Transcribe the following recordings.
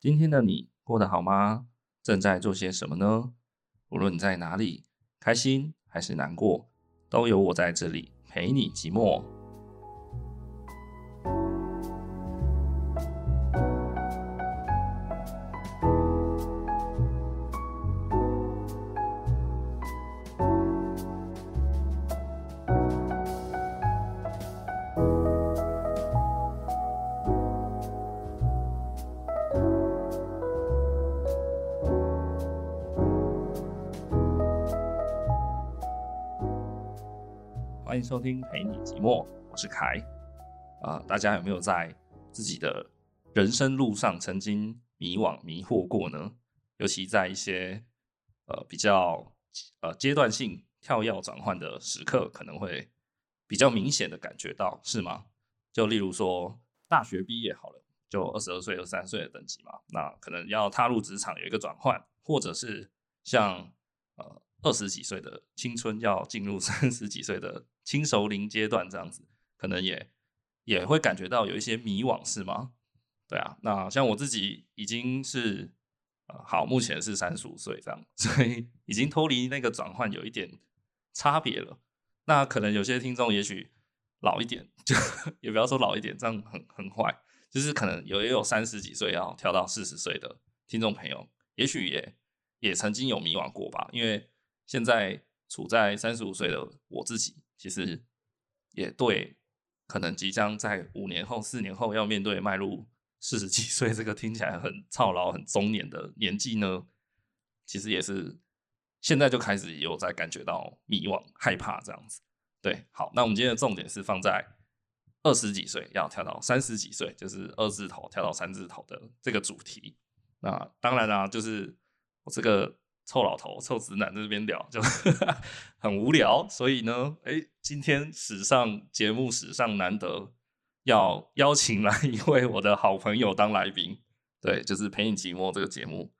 今天的你过得好吗？正在做些什么呢？无论你在哪里，开心还是难过，都有我在这里陪你寂寞。欢迎收听《陪你寂寞》，我是凯。啊、大家有没有在自己的人生路上曾经迷惘、迷惑过呢？尤其在一些呃比较呃阶段性跳跃转换的时刻，可能会比较明显的感觉到，是吗？就例如说大学毕业好了，就二十二岁、二十三岁的等级嘛，那可能要踏入职场有一个转换，或者是像呃二十几岁的青春要进入 三十几岁的轻熟龄阶段这样子，可能也也会感觉到有一些迷惘，是吗？对啊，那像我自己已经是呃好，目前是三十五岁这样， 所以已经脱离那个转换有一点差别了。那可能有些听众也许老一点， 就也不要说老一点，这样很很坏，就是可能有也有三十几岁要跳到四十岁的听众朋友，也许也也曾经有迷惘过吧，因为现在处在三十五岁的我自己，其实也对可能即将在五年后、四年后要面对迈入四十几岁这个听起来很操劳、很中年的年纪呢，其实也是现在就开始有在感觉到迷惘、害怕这样子。对，好，那我们今天的重点是放在二十几岁要跳到三十几岁，就是二字头跳到三字头的这个主题。那当然啦、就是我这个臭老头、臭直男在这边聊，就 很无聊。所以呢，哎、今天史上节目史上难得要邀请来一位我的好朋友当来宾，对，就是《陪你寂寞》这个节目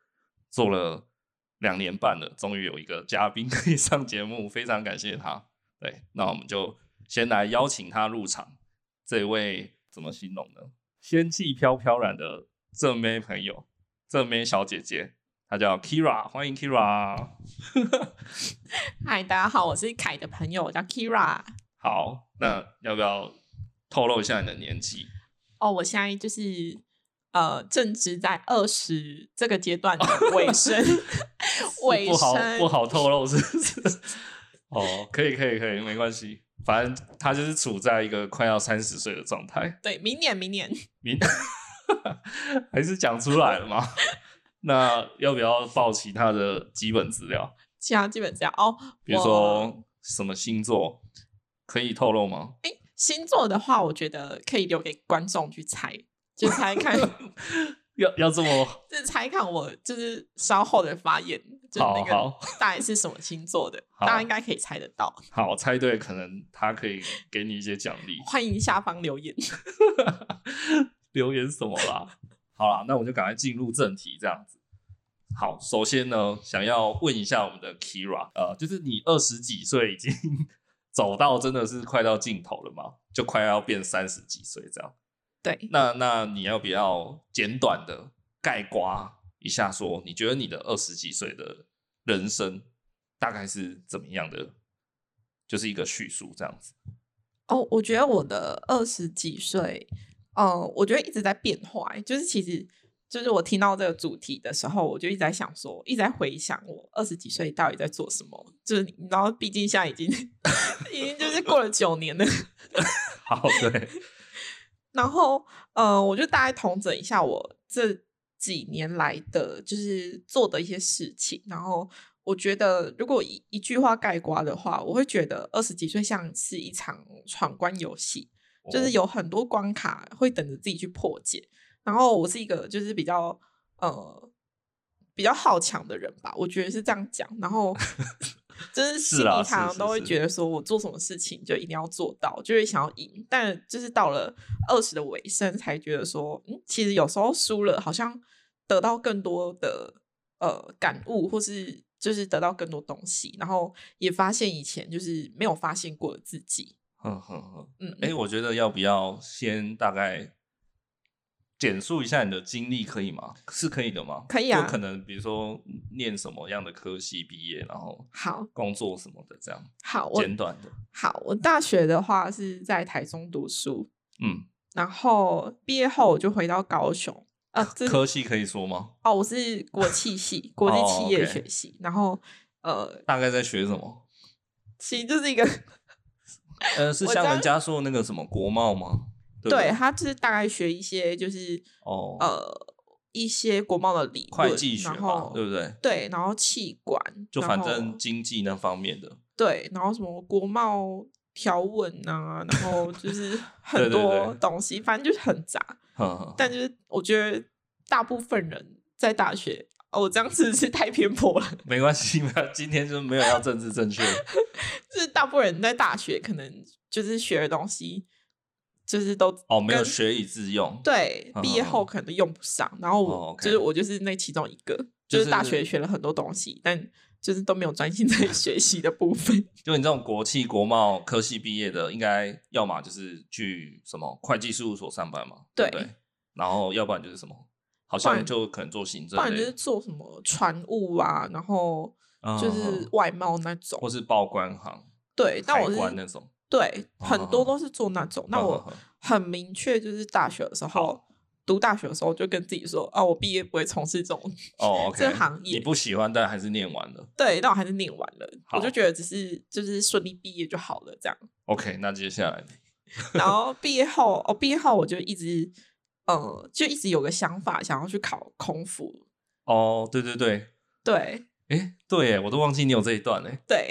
做了两年半了，终于有一个嘉宾可以上节目，非常感谢他。对，那我们就先来邀请他入场。这位怎么形容呢？仙气飘飘然的正妹朋友，正妹小姐姐，她叫 Kira，欢迎 Kira。 嗨，大家好，我是凯的朋友，我叫 Kira。好，那要不要透露一下你的年纪？哦，我现在就是呃，正值在二十这个阶 段的尾声，尾不好声不好透露是不是？哦，可以可以可以，没关系，反正他就是处在一个快要三十岁的状态。对，明年明年你 还是讲出来了吗？ 那要不要报其他的基本资料？其他基本资料哦。比如我说什么星座可以透露吗？星座的话，我觉得可以留给观众去猜，就 猜看，要要这么就猜看我就是稍后的发言，就好那个好大概是什么星座的，好大家应该可以猜得到。好猜对，可能他可以给你一些奖励。欢迎下方留言。留言什么啦？好啦，那我就赶快进入正题，这样子。好，首先呢，想要问一下我们的 Kira，呃，就是你二十几岁已经 走到真的是快到尽头了吗？就快要变三十几岁这样。对，那那你要不要简短的概括一下说你觉得你的二十几岁的人生大概是怎么样的？就是一个叙述这样子。哦，我觉得我的二十几岁，呃，我觉得一直在变化欸、就是其实就是我听到这个主题的时候，我就一直在想说，一直在回想我二十几岁到底在做什么。就是你知道，毕竟现在已经已经就是过了九年了。好， 对，然后，呃，我就大概统整一下我这几年来的就是做的一些事情。然后，我觉得如果一一句话概括的话，我会觉得二十几岁像是一场闯关游戏。哦就是有很多关卡会等着自己去破解。然后我是一个就是比较呃比较好强的人吧，我觉得是这样讲。然后 就是是心里啦常常是都会是是觉得说我做什么事情就一定要做到，就会想要赢。但就是到了二十的尾声，才觉得说，嗯，其实有时候输了，好像得到更多的呃感悟，或是就是得到更多东西，然后也发现以前就是没有发现过的自己。哼哼哼。嗯，哎、我觉得要不要先大概简述一下你的经历可以吗？是可以的吗？可以啊就可能比如说念什么样的科系毕业，然后好工作什么的，这样好，我简短的。好，我大学的话是在台中读书，嗯，然后毕业后我就回到高雄。啊，这科系嗯可以说吗？哦，我是国际系，国际企业哦，OK 学系，然后呃，大概在学什么？其实就是一个呃，是我像知道人家说的那个什么国贸吗？对不对对，他就是大概学一些就是哦，呃一些国贸的理论，会计学然吧后，对不对？对，然后气管，就然反后正经济那方面的，对，然后什么国贸条文啊，然后就是 很对对对多东西，反正就是很杂。呵呵但就是我觉得大部分人在大学，哦，我这样子 是太偏颇了，没关系，没有今天就没有要政治正确。就是大部分人在大学可能就是学的东西，就是都哦，没有跟学以致用，，对，毕业后嗯可能用不上。然后哦我，OK 就是我就是那其中一个，就就是是大学学了很多东西，但就是都没有专 心在学习的部分。就你这种国企、国贸、科系毕业的，应该要么就是去什么会计事务所上班嘛，对对不对？然后要不然就是什么，好不像然就可能做行不政然就类是做什么船务啊，然后的，就嗯是嗯外贸那种嗯。或是报关行、对，但海我关那是种。对哦嗯很多都是做那种。那呵我呵呵很明确，就是大学的时候。读大学的时候就跟自己说啊，我毕业不会从事这种，哦，OK，这个行业你不喜欢，但还是念完了。对，但我还是念完了，我好就觉得只是就是顺利毕业就好了这样。 OK，那接下来然后毕业后，哦，毕业后我就一直，呃，就一直有个想法，想要去考空服。哦，对对对，对诶，对耶，我都忘记你有这一段嘞。对，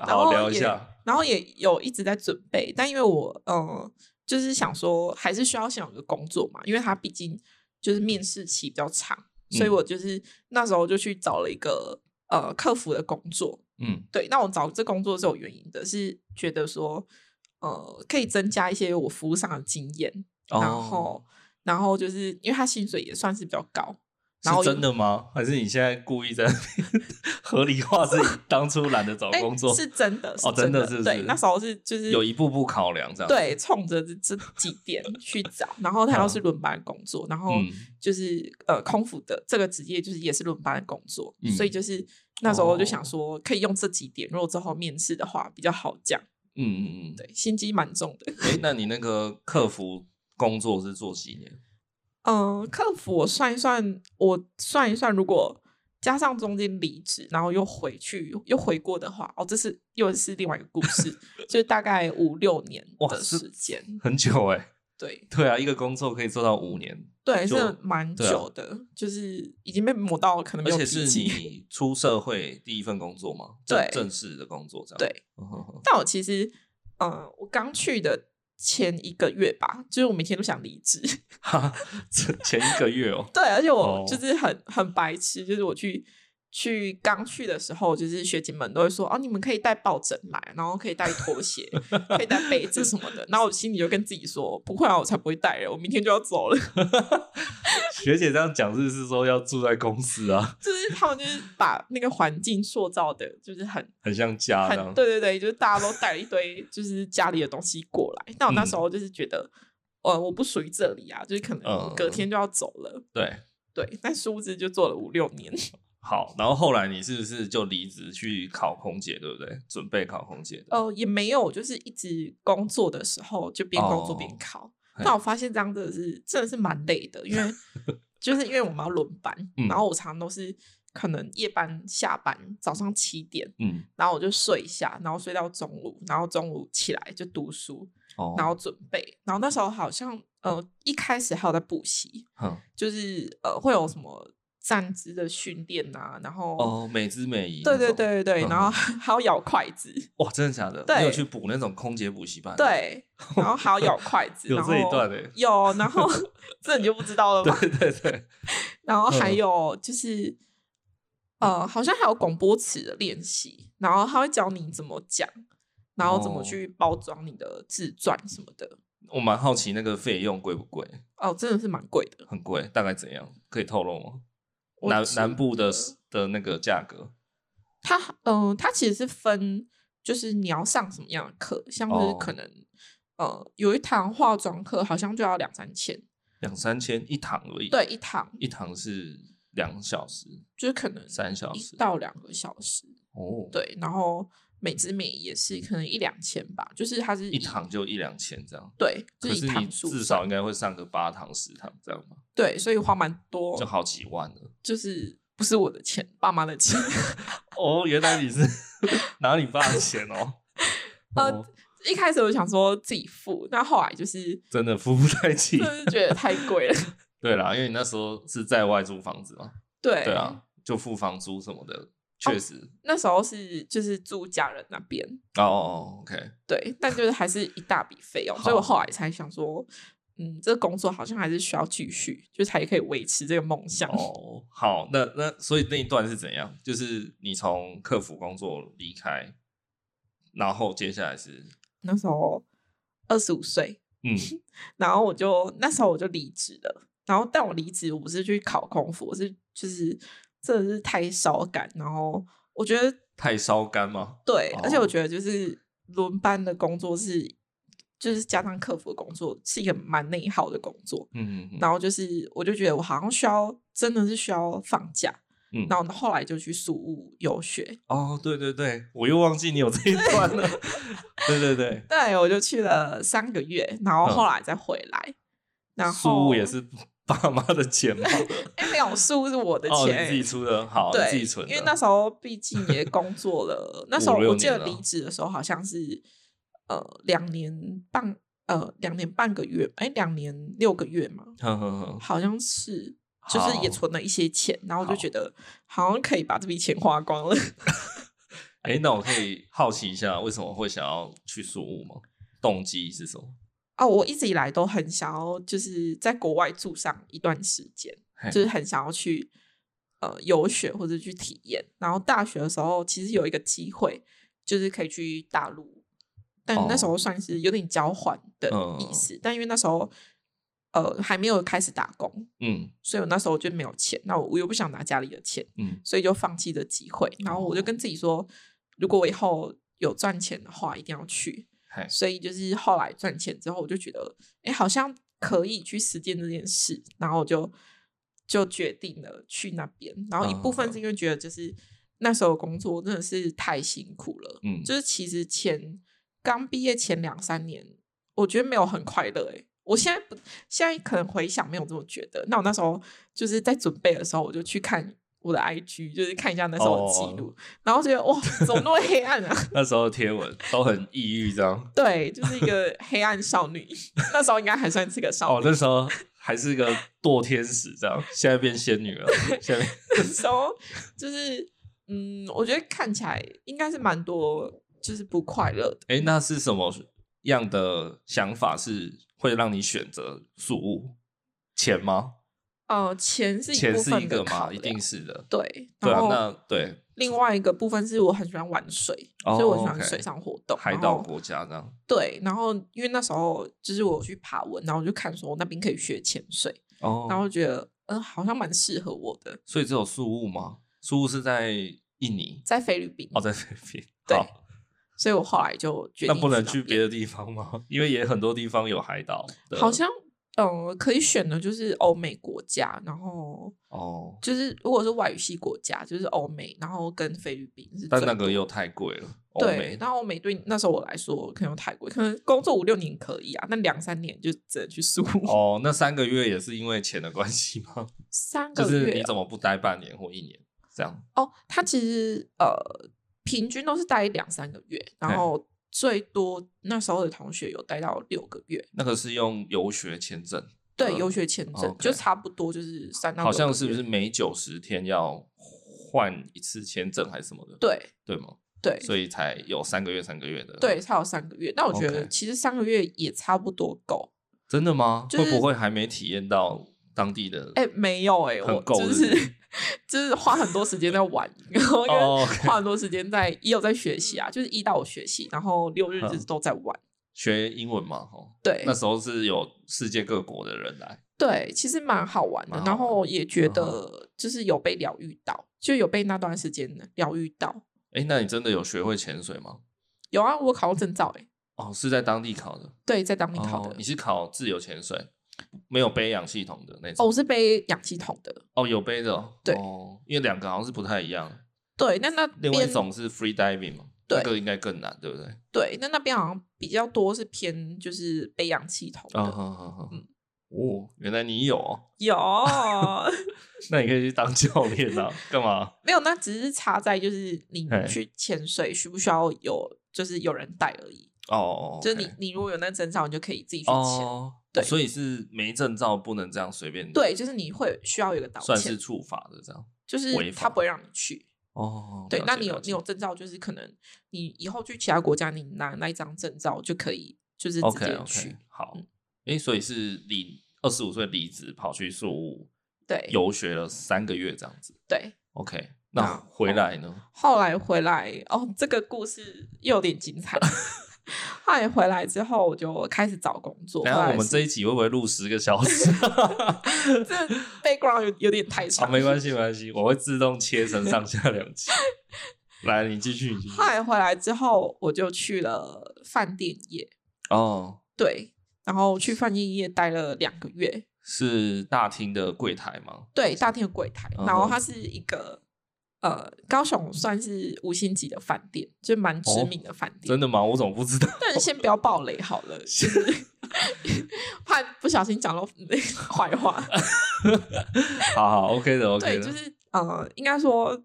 好，后聊一也下。然后也有一直在准备，但因为我，呃，就是想说还是需要先有个工作嘛，因为他毕竟就是面试期比较长，所以嗯我就是那时候就去找了一个呃客服的工作。嗯，对，那我找这工作是有原因的，是觉得说，呃，可以增加一些我服务上的经验。然哦，后然后就是因为他薪水也算是比较高，然后是真的吗？还是你现在故意在那边 合理化自己当初懒得找哎工作？是真的，是哦真的的，是不是对，那时候是就是有一步步考量这样。，嗯对，冲着这这几 点去找，然后他又是轮班工作，然后嗯就是呃空腹的这个职业就是也是轮班工作，嗯所以就是那时候我就哦想说可以用这几点，如果之后面试的话比较好讲，嗯嗯嗯。对，心机蛮重的。哎，那你那个客服工作是做几年？嗯、客服我算一算，我算一算，如果加上中间离职，然后又回去又回过的话，哦，这是又是另外一个故事， 就是大概五六年哇的是时间，很久哎。对对啊，一个工作可以做到五年，对，是就蛮对啊久的，就是已经被磨到可能没而有且脾是气。 你出社会第一份工作吗？正对正式的工作这样。对，嗯哼哼但我其实，嗯、我刚去的前一个月吧，就是我每天都想离职， 哈，这前一个月哦。对，而且哦我就是很、很白痴，就是我去去刚去的时候，就是学姐们都会说哦，你们可以带抱枕来，然后可以带拖鞋，可以带被子什么的。然后我心里就跟自己说，不会啊，我才不会带人，我明天就要走了。 学姐这样讲是不是说要住在公司啊， 就是他们就是把那个环境塑造的，就是很很像啊家这样很。对对对，就是大家都带了一堆就是家里的东西过来。但我那时嗯候就是觉得，呃，我不属于这里啊，就是可能我隔嗯天就要走了。对，对，但殊不知就做了五六 年。好，然后后来你是不是就离职去考空姐，对不对？准备考空姐的。呃，也没有，就是一直工作的时候就边工作边哦考。嘿但我发现这样真的是真的是蛮累的，因为就是因为我们要轮班，嗯然后我常常都是可能夜班下班，早上七点，嗯，然后我就睡一下，然后睡到中午，然后中午起来就读书，哦，然后准备，然后那时候好像呃一开始还有在补习，哼，就是呃会有什么站姿的训练啊，然后。哦，美姿美仪，对对，对对，嗯然后还要咬筷子，哇，真的假的？对你有去补那种空姐补习班？，对，然后还要咬筷子， 有然这一后段欸有，然后 这你就不知道了吧？对 对对，然后还嗯有就是，呃，好像还有广播词的练习，然后他会教你怎么讲，然后怎哦么去包装你的自传什么的。我蛮好奇那个费用贵不贵？哦，真的是蛮贵的。很贵，大概怎样？可以透露吗？我南记南部的得的那个价格它嗯、它其实是分，就是你要上什么样的课，像是哦可能、呃，有一堂化妆课好像就要两三千，两三千一堂而已。对，一堂一堂是两小时、就是可能三小一时。到两个小时，哦，，对，然后美之美也是可能一两千吧，就是它是一堂就一两千这样。对，就可一是堂你数至算少应该会上个八堂、十堂这样吧，对，所以花蛮多，就好几万哦了。就是不是我的钱，爸妈的 钱，哦，原来你是 拿你爸的钱哦。 呃哦，一开始我想说自己付，但后来就是真的付不太起真。的是觉得太贵了。 对啦，因为你那时候是在外租房子嘛，对哦对啊，就付房租什么的，确实。那时候是就是住家人那边，哦哦哦，OK，对，但就是还是一大笔费用，好所以我后来才想说，嗯，这个工作好像还是需要继续，就才可以维持这个梦想。哦，好，那那所以那一段是怎样？就是你从客服工作离开，然后接下来是那时候二十五岁，嗯，然后我就那时候我就离职了，然后但我离职我不是去考空服，我是就是真的是太烧感，然后我觉得 太烧干吗？对，而且哦我觉得就是轮班的工作是，就是加上客服的工作是一个蛮内耗的工作。嗯嗯然后就是，我就觉得我好像需要，真的是需要放假。嗯然后后来就去宿务游学，哦，对对对，我又忘记你有这一段了。 对对对，对我就去了三个月，然后后来再回来。然后书嗯也是爸妈的钱吗？哎，没有宿务是我的哦，钱，你自己出 的，好，你对，自己存的。因为那时候毕竟也工作 了，那时候五六我记得年了哦离职的时候好像是呃两年半，呃两年半个月，哎两年六个月嘛，哼哼哼，好像是，就是也好存了一些钱，然后我就好觉得好像可以把这笔钱花光了。哎、那我可以好奇一下，为什么会想要去宿务吗？动机是什么？哦，我一直以来都很想要，就是在国外住上一段时间，嘿就是很想要去呃游学或者去体验。然后大学的时候，其实有一个机会，就是可以去大陆，但那时哦嗯候算是有点交换的意思。但因为那时候呃还没有开始打工，嗯所以我那时候就没有钱，那我我又不想拿家里的钱，嗯，所以就放弃这机会。然后我就跟自己说，如果我以后有赚钱的话，一定要去。嘿，所以就是后来赚钱之后，我就觉得，哎，好像可以去实践这件事，然后我就就决定了去那边。然后一部分是因为觉得，就是那时候工作真的是太辛苦了，嗯，就是其实前刚毕业前两三年，我觉得没有很快乐、诶，我现在不，现在可能回想没有这么觉得。那我那时候就是在准备的时候，我就去看我的 IG，就是看一下那时候的记哦录然后觉得哇，怎么那么黑暗啊？ 那时候贴文都很抑郁，这样。对，就是一个黑暗少女， 那时候应该还算是个少哦，女。那时候还是个堕天使，这样，现在变仙女了。现在 那时候就是，嗯，我觉得看起来应该是蛮多，就是不快乐的。哎、那是什么样的想法是会让你选择宿务？钱吗？呃，钱是钱部是分一的个考嘛，一量定是的。对。对然啊，后那对另外一个部分是我很喜欢玩水，哦所以我喜欢 OK 水上活动。海然岛后国家这样。对，然后因为那时候就是我有去爬文，然后我就看说那边可以学潜水，哦，然后觉得嗯、呃好像蛮适合我的，所以只有宿务吗？宿务是在印尼，在菲律宾，哦，在菲律宾。对好，所以我后来就决那定不能那去边别的地方吗？因为也很多地方有海岛的。好像嗯、呃可以选的就是欧美国家，然后哦，就是如果是外语系国家，就是欧美，然后跟菲律宾是但最那个多又太贵了。欧对美，那欧美对那时候我来说可能有太贵，可能工作五六年可以啊，那两三年就只能去苏、哦，那三个月也是因为钱的关系吗？三就个是月啊你怎么不待半年或一年这样？哦，他其实呃平均都是待两三个月，嘿然后最多那时候的同学有待到六个月，那个是用游学签证，对，嗯游学签证、就 OK 差不多就是三到好六像个是不月是每九十天要换一次签证还是什么的？对对吗？对所以才有三个月三个月的。对，，才有三个月。但我觉得 OK 其实三个月也差不多够。真的吗？就是会不会还没体验到当地的？哎、没有哎、很我够就是是不 就是花很多时间在玩，然后跟哦，OK 花很多时间在也有在学习啊，就是一到五学习，然后六日就是都在玩。学英文嘛，哦，对嗯那时候是有世界各国的人来，对，其实蛮好玩的蛮，好然玩后也觉嗯哼得就是有被疗愈到，就有被那段时间疗愈到。哎，那你真的有学会潜水吗？有啊，我考过证照哎、哦，是在当地考的，对，在当地考哦的，你是考自由潜水，没有背氧系统的那哦，种我。是背氧气筒的。哦，有背的哦，对哦，因为两个好像是不太一样。对，那那另外一边种是 free diving 嘛，对那个应该更难，对不对？对，那那边好像比较多是偏就是背氧气筒的。啊，好好好嗯，哦，原来你有哦， 有 那你可以去当教练啊， 干嘛？没有？那只是差在就是你嘿去潜水需不需要有就是有人带而已。哦哦，就是你 OK 你如果有那证照，你就可以自己去潜。哦，对所以是没证照不能这样随便，，对，就是你会需要有一个导算是潜，触法的这样。就是违他法不会让你去。哦，对了，那解你了有解你有证照，就是可能你以后去其他国家，你拿那一张证照就可以，就是直 OK 接 OK 去。嗯好，诶，所以是离二十五岁离职跑去宿务对游学了三个月这样子对， ，OK，那那回来呢？后来回来哦，这个故事又有点精 彩。后来回来之后，我就开始找工作。等一后下来我们是这一集会不会录十个小时？ 这 background 有有点太啊，长，没关系，没关系，我会自动切成上下两 集。来，你继续，你继续后。来回来之后，我就去了饭店业，哦，对，然后去饭店业待了两个月，是大厅的柜台吗？对，大厅的柜台，嗯哼然后它是一个呃，高雄算是五星级的饭店，就蛮知名的饭店。哦真的吗？我怎么不知道？但是先不要暴雷好 了，就是怕不小心讲到坏话。好好，OK 的，OK 对，的。就是呃，应该说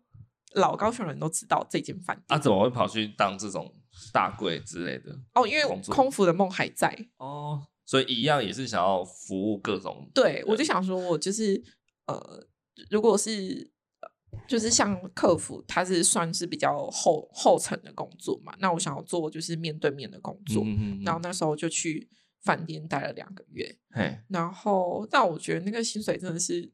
老高雄人都知道这间饭店啊，怎么会跑去当这种大柜之类的？哦，因为工作空服的梦还在。哦，所以一样也是想要服务各种。对，我就想说，我就是呃，如果是呃就是像客服，他是算是比较后后层的工作嘛，那我想要做就是面对面的工作，嗯嗯嗯然后那时候就去饭店待了两个月，嘿，然后但我觉得那个薪水真的是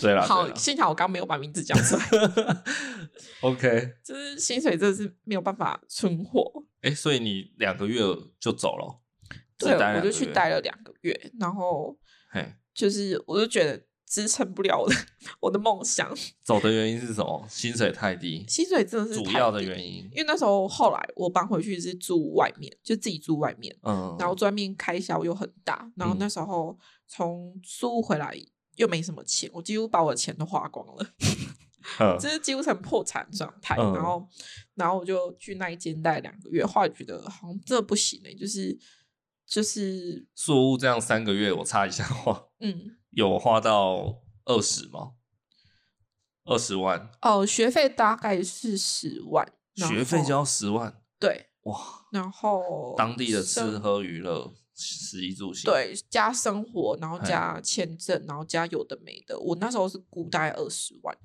对啦，好对，啦幸好我刚没有把名字讲出来， ，OK。就是薪水真的是没有办法存活，哎，所以你两个月就走了？哦对，只待我两就个去月待。了两个月，然后嘿，就是我就觉得支撑不了我的我的梦想，走的原因是什么？薪水太低，薪水真的是主太要的低原因。因为那时候后来我搬回去是住外面，就自己住外面，嗯，然后住外面开销又很大，然后嗯那时候从苏回来又没什么钱，我几乎把我的钱都花光了，嗯就是几乎成破产状态。嗯然后，然后我就去那一间待两个月，后来觉得好像这不行嘞、就是就是宿务这样三个月，我插一下话，嗯有花到二十吗？二十万，哦，学费大概是十万，然学费后就要十万，对，哇！然后当地的吃生喝娱乐、食衣住行，，对，加生活，然后嘿加签证，然后加有的没的。我那时候是估大概二十万，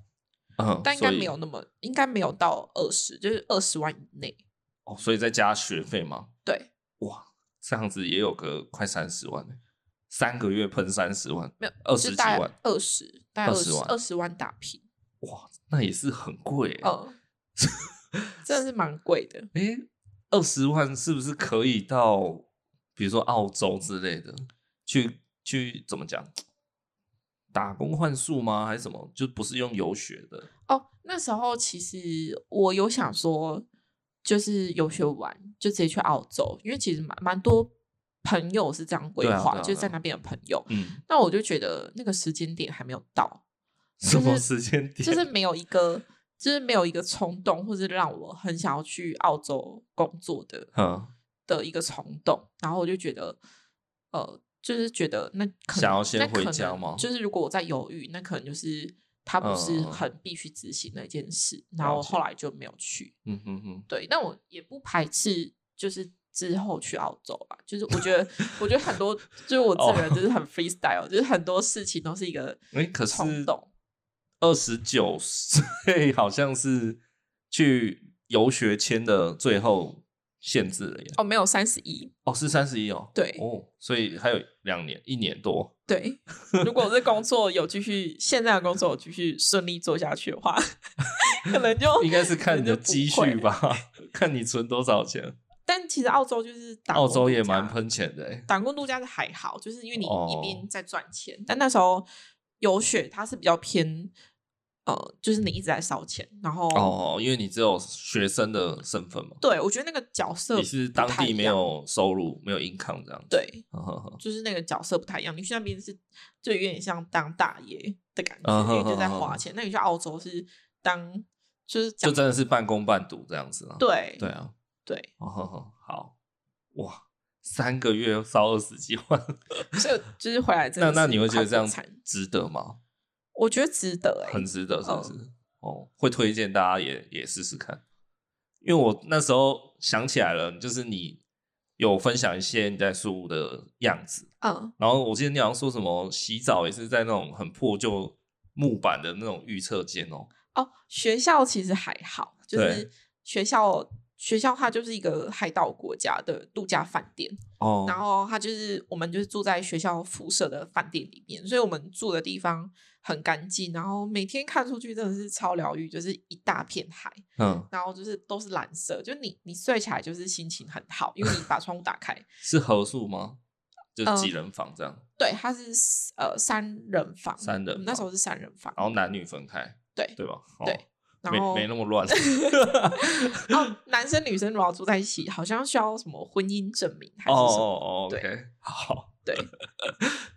嗯，但应该所以没有那么，应该没有到二十，就是二十万以内。哦，所以再加学费嘛，对，哇，这样子也有个快三十万呢、三个月喷三十万，没有二就十几大万概，二十，大概二十20万二十万打平。哇，那也是很贵、欸，嗯，真的是蛮贵的。诶、二十万是不是可以到，比如说澳洲之类的，去去怎么讲，打工换宿吗？还是什么？就不是用游学的，哦，那时候其实我有想说，就是游学完就直接去澳洲，因为其实蛮蛮多朋友是这样规对啊划，对啊就是对在啊那边的朋友。 嗯，那我就觉得那个时间点还没有到， 什么就是时间点？就是没有一个，就是没有一个冲动，或是让我很想要去澳洲工作的嗯，的一个冲动。然后我就觉得，呃，就是觉得那可能想要先那可回能家吗就是如果我在犹豫，那可能就是它不是嗯嗯嗯很必须执行的一件事。了然后我解后来就没有去。嗯哼哼，对，但我也不排斥，就是。之后去澳洲吧，就是我觉得，我觉得很多，就是我这个人就是哦很 freestyle，、就是很多事情都是一个哎、可是冲动。二十九岁好像是去游学签的最后限制了耶。哦，没有三十一，哦，是三十一哦。对哦，所以还有两年，一年多。对，如果这工作有继续，现在的工作有继续顺利做下去的话， 可能就应该是看你的可哦能就不积蓄会吧， 看你存多少钱。但其实澳洲就是打澳工洲度也假蛮，喷钱的、欸，打工度假是还好，就是因为你哦一边在赚钱，但那时候游学它是比较偏呃，就是你一直在烧钱，然后哦，因为你只有学生的身份嘛，对我觉得那个角色你是当不太地一没样有收入，没有 income 这样子。对，呵呵呵，就是那个角色不太一样。你去那边是就有点像当大爷的感觉，嗯哼因为就在哼花哼钱。那你去澳洲是当就是就讲真的是半工半读这样子啊。对对啊，对，哦呵呵，好哇，三个月烧二十几万，所以就是回 来真那的那是你会觉快得这样破产值得吗？我觉得值得哎、很值得，是不嗯是？哦，会推荐大家也也试试看，因为我那时候想起来了，就是你有分享一些你在宿务的样子，嗯然后我记得你好像说什么洗澡也是在那种很破旧木板的那种预测间哦，哦，学校其实还好，就对是学校学校它就是一个海岛国家的度假饭店，哦然后它就是我们就是住在学校辐射的饭店里面，所以我们住的地方很干净，然后每天看出去真的是超疗愈，就是一大片海，嗯，然后就是都是蓝色，就你你睡起来就是心情很好，因为你把窗户 打开。是合宿吗？就嗯几人房这样，对，它是呃三人房，三人我们那时房候是三人房，然后男女分开，对对吧？哦对，然没后没那么 乱，哦，男生女生如果要住在一起，好像需要什么婚姻证明还哦是哦什么？哦对，OK，好，对，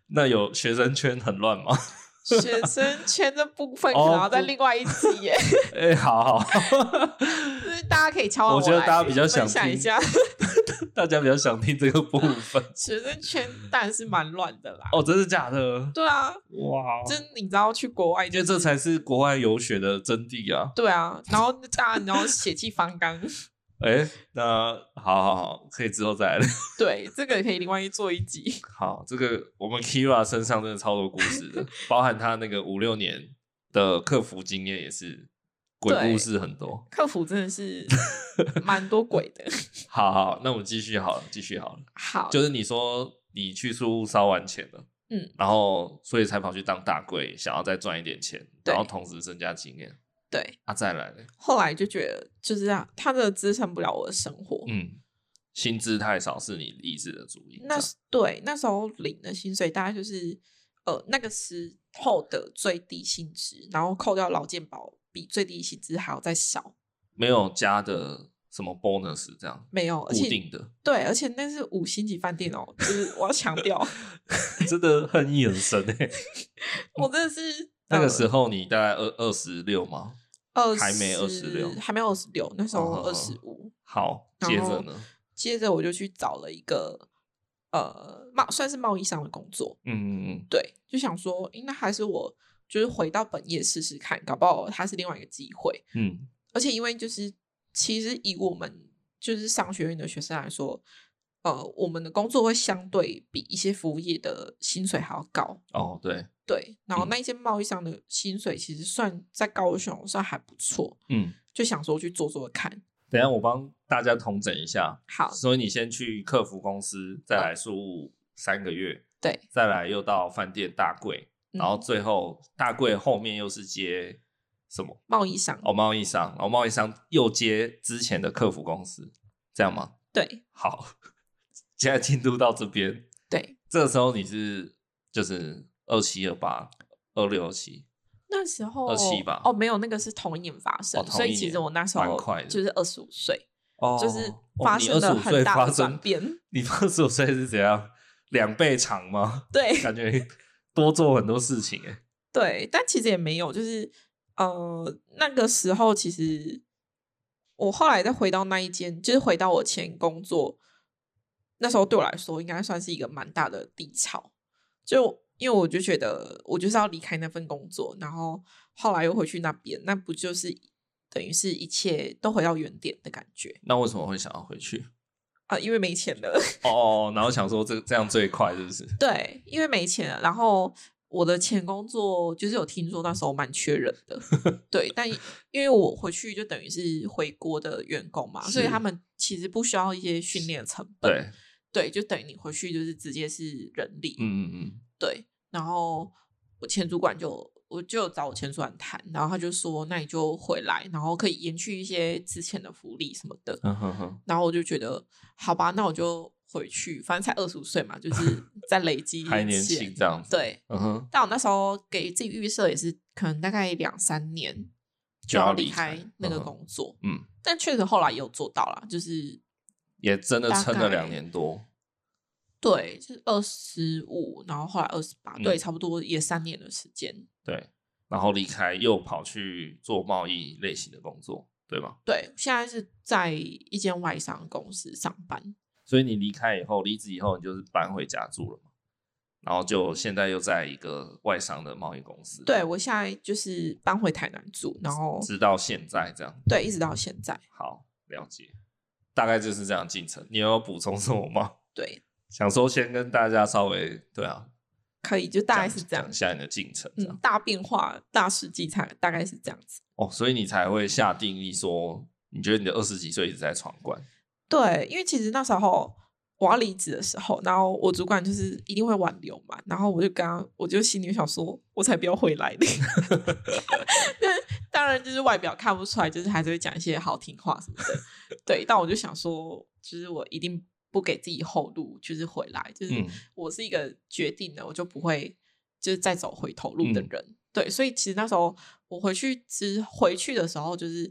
那有学生圈很乱吗？ 学生圈这部分哦可能要在不另外一集耶，哎、好 好， 就是大家可以敲完我觉得来大家比较想分享一听下大家比较想听这个部分学生圈，当然是蛮乱的啦。哦，真的假的？对啊，哇，就你知道去国外我觉就得这才是国外游学的真谛啊！对啊，然后大家你知道血气方刚， 哎、那好好好，可以之后再来聊。对，这个可以另外做一集。好，这个我们 Kira 身上真的超多故事 的，包含他那个五六年的客服经验也是鬼故事很多。客服真 的是蛮多鬼的。好好，那我们继续好了，继续好了。好，就是你说你去书屋烧完钱了，嗯，然后所以才跑去当大柜，想要再赚一点钱，然对后同时增加经验对，啊，再来嘞，后来就觉得就是啊，他的支撑不了我的生活。嗯，薪资太少是你一直的主意，那这样时对那时候领的薪水大概就是呃那个时候的最低薪资，然后扣掉劳健保，比最低薪资还要再少。没有加的什么 bonus 这样没有，而固且定的， 对，而且那是五星级饭店哦，就是我要强 调，真的恨意很深欸诶、我真的是 那个时候你大概二二十六吗？呃还没26 20还没二十六，那时候哦二十五。好，然接后着呢，接着我就去找了一个呃贸算是贸易上的工作，嗯嗯嗯，对，就想说，诶那还是我就是回到本业试试看，搞不好它是另外一个机会。嗯，而且因为就是其实以我们就是商学院的学生来说，呃，我们的工作会相对比一些服务业的薪水还要高，哦对，对。然后嗯那一些贸易上的薪水其实算在高雄算还不错，嗯，就想说去做做看。等一下我帮大家统整一下，好，所以你先去客服公司，再来宿务三个月，对，再来又到饭店大柜，嗯然后最后大柜后面又是接什么？贸易上，哦，贸易商，然后贸易商又接之前的客服公司，这样吗？对好， 现在进度到这边，对，这时候你是就是二七二八二六二七，那时候27吧哦哦，没有，那个是同一年发生，同所一以其年实我那时蛮候快的就是二十五岁，哦就是发生了很大的转，变。你二十五岁是怎样？两倍长吗？对感觉多做很多事情哎、对，但其实也没有，就是呃，那个时候其实我后来再回到那一间，就是回到我前工作，那时候对我来说应该算是一个蛮大的低潮，就因为我就觉得我就是要离开那份工作，然后后来又回去那边，那不就是等于是一切都回到原点的感觉那为什么会想要回去？啊、因为没钱了。 哦，然后想说这这样最快是不是？对，因为没钱了，啊然后我的前工作就是有听说那时候蛮缺人的， 对，但因为我回去就等于是回国的员工嘛，所以是他们其实不需要一些训练成本，对，对，就等于你回去就是直接是人力，嗯嗯嗯，对，然后我前主管就。我就有找我前主管谈，然后他就说：“那你就回来，然后可以延续一些之前的福利什么的。”嗯哼哼，然后我就觉得，好吧，那我就回去，反正才二十五岁 嘛，就是在累积一点还年钱轻这样子，对，嗯哼，但我那时候给自己预设也是可能大概两三年就要要离离开开那个嗯哼工作，嗯，但确实后来也有做到啦，就是也真的大撑了概两年多，对，是二十五，然后后来二十八，对，嗯差不多也三年的时间。对，然后离开又跑去做贸易类型的工作，对吗？对，现在是在一间外商公司上班。所以你离开以后，离职以后，你就是搬回家住了嘛，然后就现在又在一个外商的贸易公司，对，我现在就是搬回台南住，然后直到现在这样，对，一直到现在。好，了解，大概就是这样进程。你有要补充什么吗？对，想说先跟大家稍微对啊，可以，就大概是这讲样一。下你的进程这样、嗯，大变化、大事记才大概是这样子。哦，所以你才会下定义说，你觉得你的二十几岁一直在闯关，对，因为其实那时候我要离职的时候，然后我主管就是一定会挽留嘛，然后我就跟他，我就心里想说，我才不要回来呢。 但当然就是外表看不出来，就是还是会讲一些好听话什么的。对，但我就想说，就是我一定不给自己后路，就是回来，就是嗯我是一个决定的，我就不会就是再走回头路的嗯人。对，所以其实那时候我回去之回去的时候，就是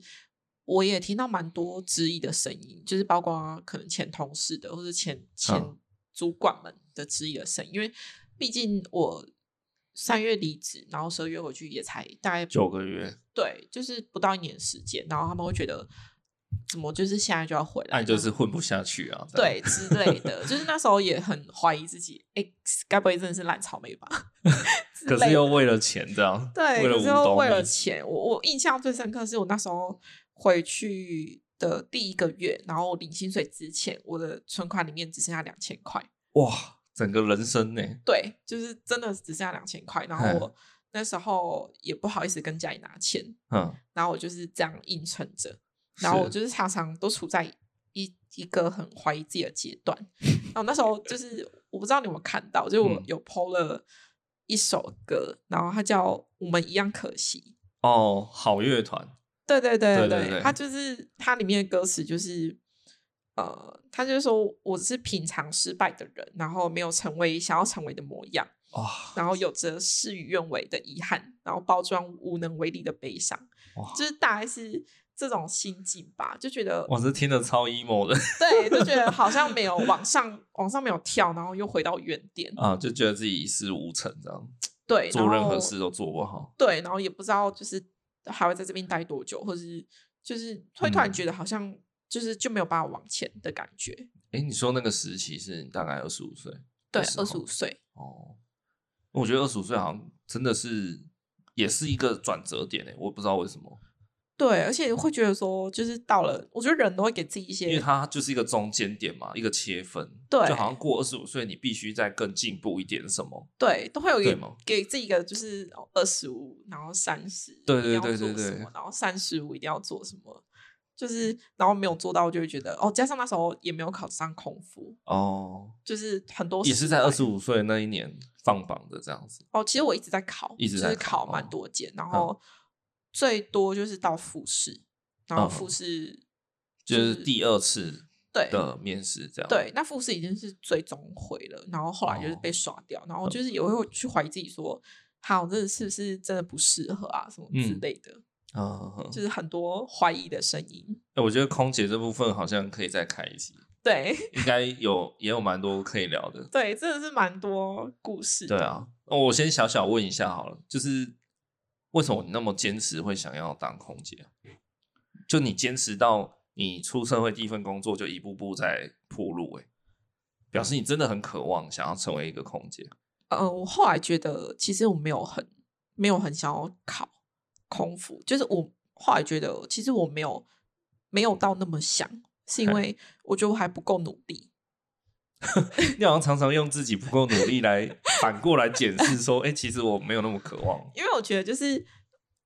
我也听到蛮多质疑的声音，就是包括可能前同事的，或是前前嗯主管们的质疑的声音，因为毕竟我三月离职，然后十二月回去也才大概九个月，对，就是不到一年时间，然后他们会觉得怎么就是现在就要回来，那你就是混不下去啊，这样对之类的，就是那时候也很怀疑自己，哎、该不会真的是烂草莓吧？之可类是又为了钱这样，对，为了可五是又斗为了米，钱，我我印象最深刻是我那时候回去的第一个月，然后我领薪水之前，我的存款里面只剩下两千块，哇，整个人生呢、对，就是真的只剩下两千块，然后嗯我那时候也不好意思跟家里拿钱，嗯，然后我就是这样硬撑着，然后我是就是常常都处在一一个很怀疑自己的阶段。然后那时候就是我不知道你有没有看到，就是我嗯有 PO 了一首歌，然后它叫《我们一样可惜》。哦，好乐团，对对对对对对对，对它就是它里面的歌词就是，呃，他就是说我是品尝失败的人，然后没有成为想要成为的模样，哇、然后有着事与愿违的遗憾，然后包装无能为力的悲伤。哇，就是大概是这种心境吧，就觉得我这听着超 emo 的 对，就觉得好像没有往上，往上没有跳，然后又回到原点，啊，就觉得自己一事无成这样，对，做然任后何事都做不好，对，然后也不知道就是还会在这边待多久，或是就是会突然嗯觉得好像就是就没有办法往前的感觉。哎、你说那个时期是你大概二十五岁，对，时二十候五岁，哦，我觉得二十五岁好像真的是也是一个转折点诶、欸我不知道为什么，对，而且会觉得说，就是到了，我觉得人都会给自己一因为些，它就是一个中间点嘛，一个切分，对就好像过二十五岁，你必须再更进步一点什么，对，都会有对给吗给自己一个就是哦二十五，然后三十，对对对对对然后三十五一定要做什么。就是，然后没有做到，就会觉得哦，加上那时候也没有考上空服，哦，就是很多也失是在败二十五岁那一年放榜的这样子，哦，其实我一直在考，一直就在是考考哦蛮多间，然后最多就是到复试，然后嗯复试、就是第二次对的面试这样，哎对，那复试已经是最终回了，然后后来就是哦被刷掉，然后就是也会去怀疑自己说，好，这是不是真的不适合啊，什么之嗯类的，啊、嗯就是很多怀疑的声音。哎我觉得空姐这部分好像可以再开一集，对 应该有也有蛮多可以聊的。对，真的是蛮多故事的。对啊，那我先小小问一下好了，就是为什么你那么坚持会想要当空姐啊？就你坚持到你出社会第一份工作就一步步在铺路、欸，表示你真的很渴望想要成为一个空姐。 呃，我后来觉得其实我没有很没有很想要考空服，就是我后来觉得其实我没有没有到那么想，是因嘿为我觉得我还不够努力。你好像常常用自己不够努力来反过来解释说，哎、其实我没有那么渴望。因为我觉得就是，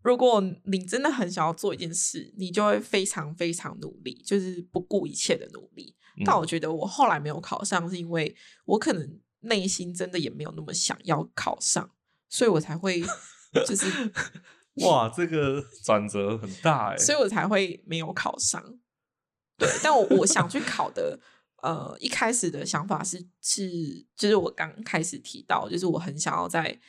如果你真的很想要做一件事，你就会非常非常努力，就是不顾一切的努力。但我嗯觉得我后来没有考上，是因为我可能内心真的也没有那么想要考上，所以我才会就是，哇，这个转折很大哎、所以我才会没有考上。对，但我我想去考的呃一开始的想法是是，就是我刚开始提到，就是我很想要在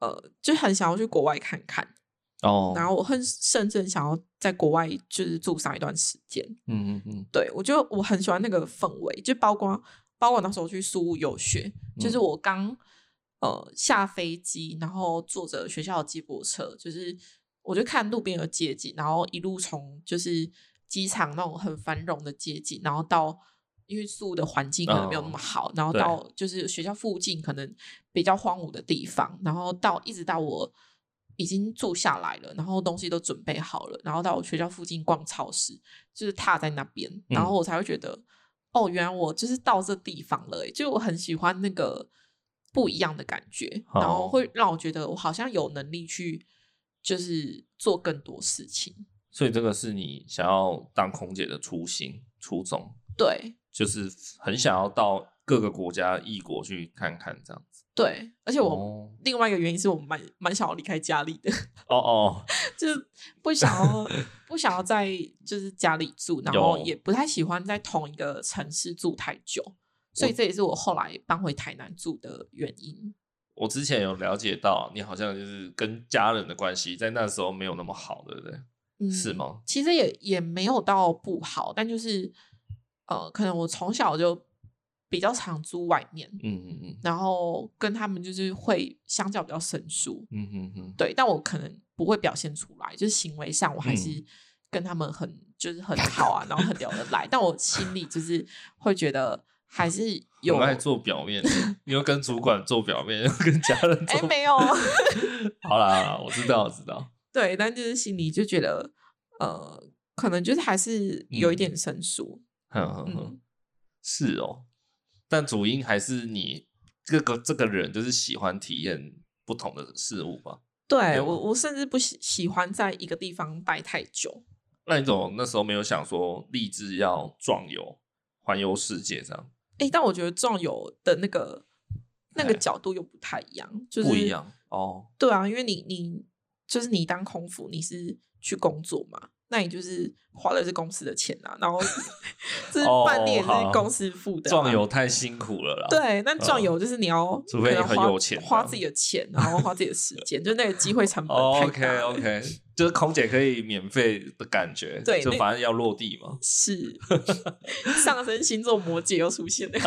呃，就很想要去国外看看，哦，然后我很甚至很想要在国外就是住上一段时间。嗯嗯嗯，对我就我很喜欢那个氛围，就包括包括那时候去苏务游学，就是嗯我刚呃下飞机，然后坐着学校的接驳车，就是我就看路边有街景，然后一路从就是机场那种很繁荣的街景，然后到。因为苏武的环境可能没有那么哦好，然后对到就是学校附近可能比较荒芜的地方，然后到一直到我已经住下来了，然后东西都准备好了，然后到我学校附近逛超市，就是踏在那边，然嗯后我才会觉得，哦，原来我就是到这地方了、欸，就我很喜欢那个不一样的感觉，然后哦会让我觉得我好像有能力去，就是做更多事情。所以这个是你想要当空姐的初心初衷，对就是很想要到各个国家异国去看看这样子。对，而且我、哦另外一个原因是我蛮蛮想要离开家里的， 哦哦，就是不 想要不想要在就是家里住，然后有也不太喜欢在同一个城市住太久，所以我这也是我后来搬回台南住的原因。我之前有了解到，你好像就是跟家人的关系在那时候没有那么好，对不对？嗯，是吗？其实也也没有到不好，但就是呃，可能我从小就比较常租外面，嗯嗯嗯然后跟他们就是会相较比较生疏，嗯嗯嗯，对，但我可能不会表现出来，就是行为上我还嗯是跟他们很、就是很好啊，然后很聊得来，但我心里就是会觉得还是有我爱做表 面，你又跟主管做表面，又跟家人哎、做。没有， 好啦，好啦我知道，我知道。对，但就是心里就觉得呃，可能就是还是有一嗯点生疏，哼哼哼，嗯是哦，但主因还是你这个这个人就是喜欢体验不同的事物吧？对有我，我甚至不喜喜欢在一个地方待太久。那你怎么那时候没有想说立志要壮游、环游世界这样？诶，但我觉得壮游的那个那个哎角度又不太一样，就是不一。样哦，对啊，因为你你就是你当空服，你是去工作嘛，那你就是花的是公司的钱啊，然后 就是哦饭店也是好公司付的、啊。壮游太辛苦了啦。，对，啊但壮游就是你要除非可你能很花有钱花这自己样的钱，然后花自己的时间，就那个机会成本哦太，OK 大了。 OK，就是空姐可以免费的感觉，对就那反正要落地嘛。是 上升星座摩羯又出现了。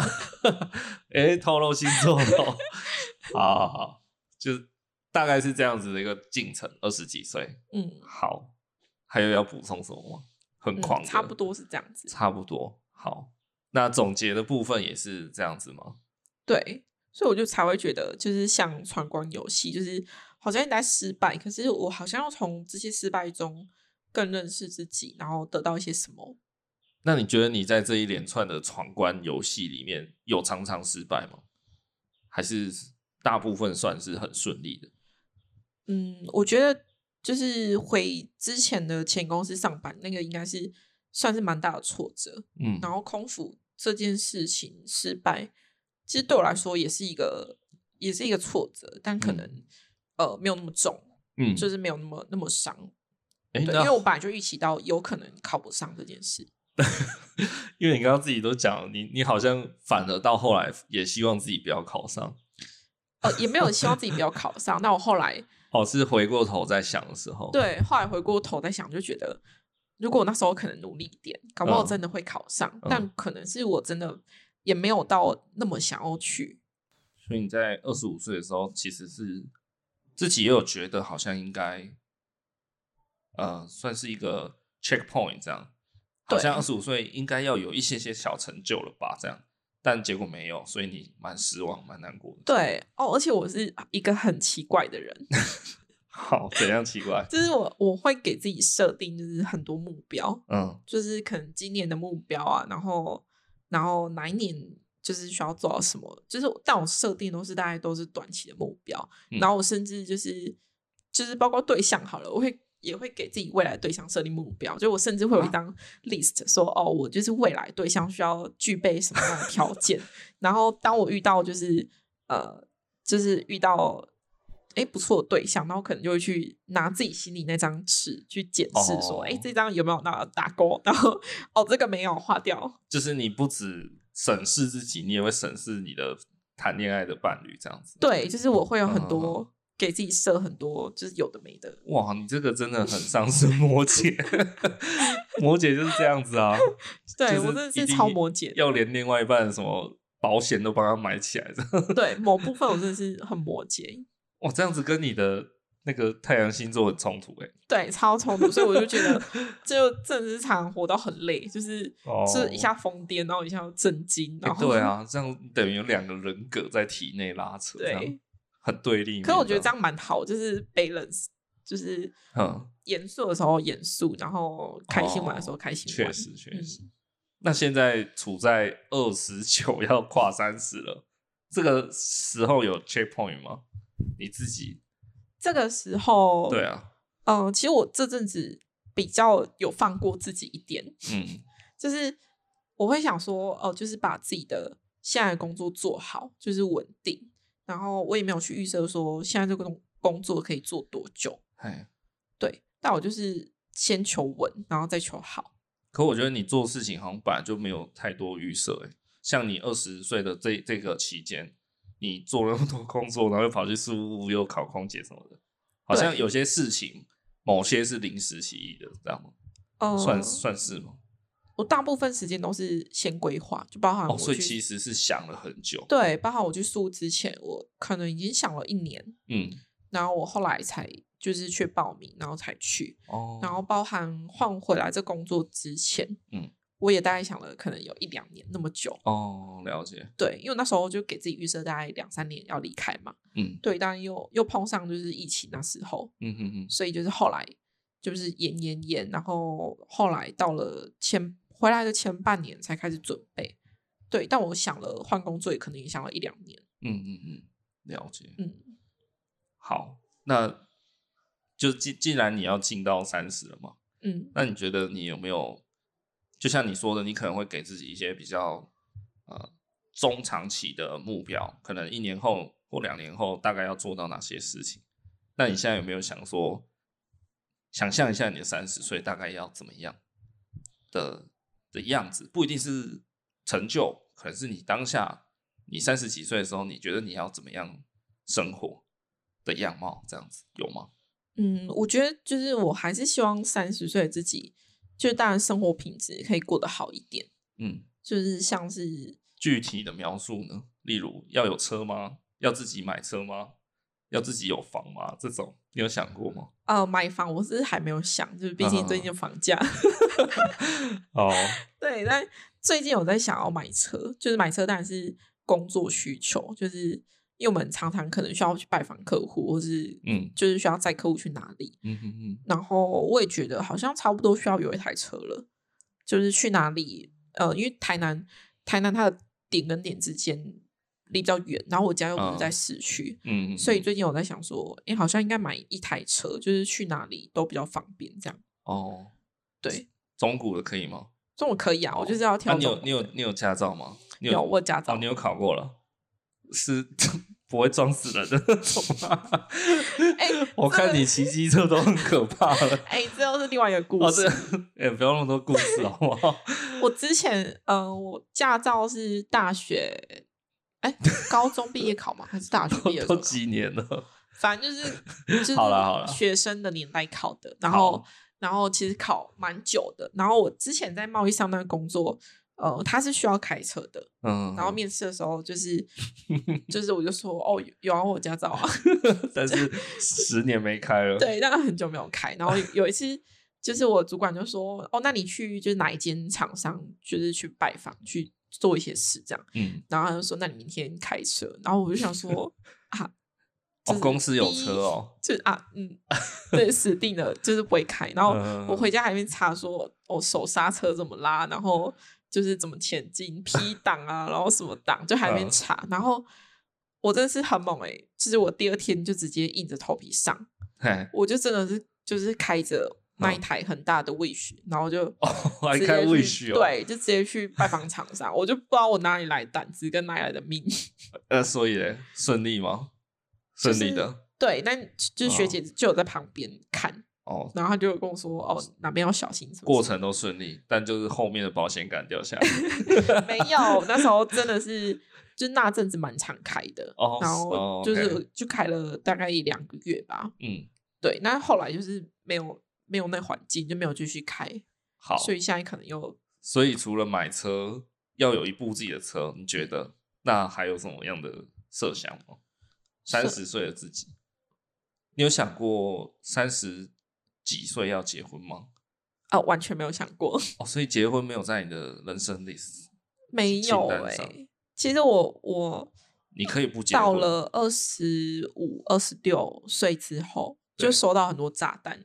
哎、透露星座喽。 好好好，就是大概是这样子的一个进程，二十几岁。嗯，好，还有要补充什么吗？很嗯狂、差不，多是这样子。差不多。好，那总结的部分也是这样子吗？对，所以我就才会觉得，就是像闯关游戏，就是好像你在失败，可是我好像要从这些失败中更认识自己，然后得到一些什么。那你觉得你在这一连串的闯关游戏里面有常常失败吗？还是大部分算是很顺利的？嗯，我觉得就是回之前的前公司上班，那个应该是算是蛮大的挫折。嗯然后空腹这件事情失败，其实对我来说也是一个也是一个挫折，但可嗯能、呃没有那么重，嗯，就是没有那么那么伤。哎、对，因那为我本来就预期到有可能考不上这件事。 因为你刚刚自己都讲了，你你好像反而到后来也希望自己不要考上，呃，也没有希望自己不要考上。 那我后来哦，是回过头在想的时候，，对后来回过头再想，就觉得如果我那时候可能努力一点，搞不好嗯真的会考上。嗯但可能是我真的也没有到那么想要去。所以你在二十五岁的时候，其实是自己也有觉得好像应该，呃，算是一个 checkpoint 这样，好对像二十五岁应该要有一些些小成就了吧，这样，但结果没有，所以你蛮失望，蛮难过的。 对哦，而且我是一个很奇怪的人， 好，怎样奇怪？就是我我会给自己设定就是很多目标，嗯就是可能今年的目标啊，然后然后哪一年就是需要做到什么，就是但我设定都是大概都是短期的目标，嗯然后我甚至就是就是包括对象好了，我会也会给自己未来对象设定目标，就我甚至会有一张 list 说、哦，我就是未来对象需要具备什么样的条件，然后当我遇到就是呃就是遇到。哎，不错的对象，然后可能就会去拿自己心里那张尺去检视，说，哦哎、这张有没有那打勾？然后，哦，这个没有划掉，就是你不止审视自己，你也会审视你的谈恋爱的伴侣，这样子。对，就是我会有很嗯多给自己设很多，就是有的没的。哇，你这个真的很上 升摩羯，摩羯就是这样子啊，对就我真的一是定超摩羯的，要连另外一半什么保险都帮他买起来，这样对某部分我真的是很摩羯， 哇，这样子跟你的那个太阳星座很冲突哎、对超冲突，所以我 就觉得就真的是常活到很累，就是哦是一下疯癫，然后一下又震惊，欸然后对，啊，这样等于有两个人格在体内拉扯，这样对。很对立面。 可我觉得这样蛮好，就是 balance，就是这样，嗯，严肃的时候严肃，然后开心玩的时候开哦心确玩。实确嗯实。那现在处在二十九，要跨三十了，这个时候有 checkpoint 吗？你自己这个时候，对，啊，嗯，其实我这阵子比较有放过自己一点，嗯就是我会想说，哦、就是把自己的现在的工作做好，就是稳定。然后我也没有去预设说现在这个工工作可以做多久，哎，对。但我就是先求稳，然后再求好。可我觉得你做事情好像本来就没有太多预设、欸，像你二十岁的这这个期间，你做了那么多工作，然后又跑去事务部又考空姐什么的，好像对有些事情某些是临时起意的，知道吗？嗯，算算是吗？我大部分时间都是先规划，就包含我哦，所以去其实是想了很久，对，包含我去宿之前，我可能已经想了一年，嗯，然后我后来才就是去报名，然后才去，哦，然后包含换回来这工作之前，嗯，我也大概想了可能有一两年那么久。哦，了解，对，因为那时候就给自己预设大概两三年要离开嘛，嗯对，当然又又碰上就是疫情那时候，嗯嗯嗯，所以就是后来就是延延延，然后后来到了前回来的前半年才开始准备，对，但我想了换工作也可能也想了一两年，嗯嗯嗯，了解。嗯。好，那就既既然你要进到三十了嘛，嗯那你觉得你有没有，就像你说的，你可能会给自己一些比较呃中长期的目标，可能一年后或两年后大概要做到哪些事情？那你现在有没有想说，想象一下你的三十岁大概要怎么样的的样子？不一定是成就，可能是你当下你三十几岁的时候，你觉得你要怎么样生活的样貌？这样子有吗？嗯，我觉得就是我还是希望三十岁的自己，就是当然生活品质可以过得好一点，嗯，就是像是具体的描述呢？例如要有车吗？要自己买车吗？要自己有房吗？这种你有想过吗？呃买房，我是还没有想，就是毕竟最近房价，哦，对，但最近有在想要买车，就是买车当然是工作需求，就是因为我们常常可能需要去拜访客户，或是嗯就是需要载客户去哪里，嗯嗯嗯，然后我也觉得好像差不多需要有一台车了，就是去哪里，呃，因为台南，台南它的点跟点之间离比较远，然后我家又不是在嗯市区，嗯，嗯所以嗯最近我在想说，诶，好像应该买一台车，就是去哪里都比较方便，这样哦，对。中古的可以吗？这种可以啊，我就是要那、挑哦你这种有的。你有你有驾照吗？你有我有驾照哦，你有考过了，是 不会撞死人的那种吗？ 哎我看这个你骑机车都很可怕了。哎、这又是另外一个故哦，事。这哎、不要那么多故事好不 好？我之前，呃，我驾照是大学，哎、高中毕业考吗？还是大学毕业都的时都候考？几年了，反正就是就是好啦好啦学生的年代考的，然后好然后其实考蛮久的。然后我之前在贸易上那个工作，呃，他是需要开车的。嗯，然后面试的时候，就是就是我就说哦，有有啊，我有驾照 啊，但是十年没开 了。对，但很久没有开。然后有一次，就是我主管就说哦，那你去就是哪一间厂商，就是去拜访去做一些事这样。嗯，然后他就说那你明天开车。然后我就 想说啊，哦就，是公司有第一车哦，就啊，嗯，对，死定了，就是不会开。然后嗯我回家还没查说，我、手刹车怎么拉，然后就是怎么前进，P 档啊，然后什么档，就还没嗯查。然后我真的是很猛诶、就是我第二天就直接硬着头皮上，嘿，我就真的是就是开着那一台很大的 wish，、然后就嗯哦， 还直开接未去许哦，，对，就直接去拜访厂商，我就不知道我哪里来的胆子跟哪里来的命。 呃，所以嘞，顺利吗？就顺是利的，对，但就是学哦姐就有在旁边看，哦，然后他就有跟我说哦哪边要小心什么过程都顺利，但就是后面的保险杆掉 下来。什么没有，那时候真的是就那阵子蛮常开的，哦然哦后就是、 OK 就开了大概一两个月吧，嗯，对，那后来就是没有没有那环境就没有继续开，好。所以现在可能又所以除了买车，要有一部自己的车，你觉得那还有什么样的设想吗？三十岁的自己，你有想过三十几岁要结婚吗？啊、完全没有想过，哦，所以结婚没有在你的人生 list，没清有单哎、上其实我我你可以不结婚。到了二十五、二十六岁之后，就对收到很多炸弹。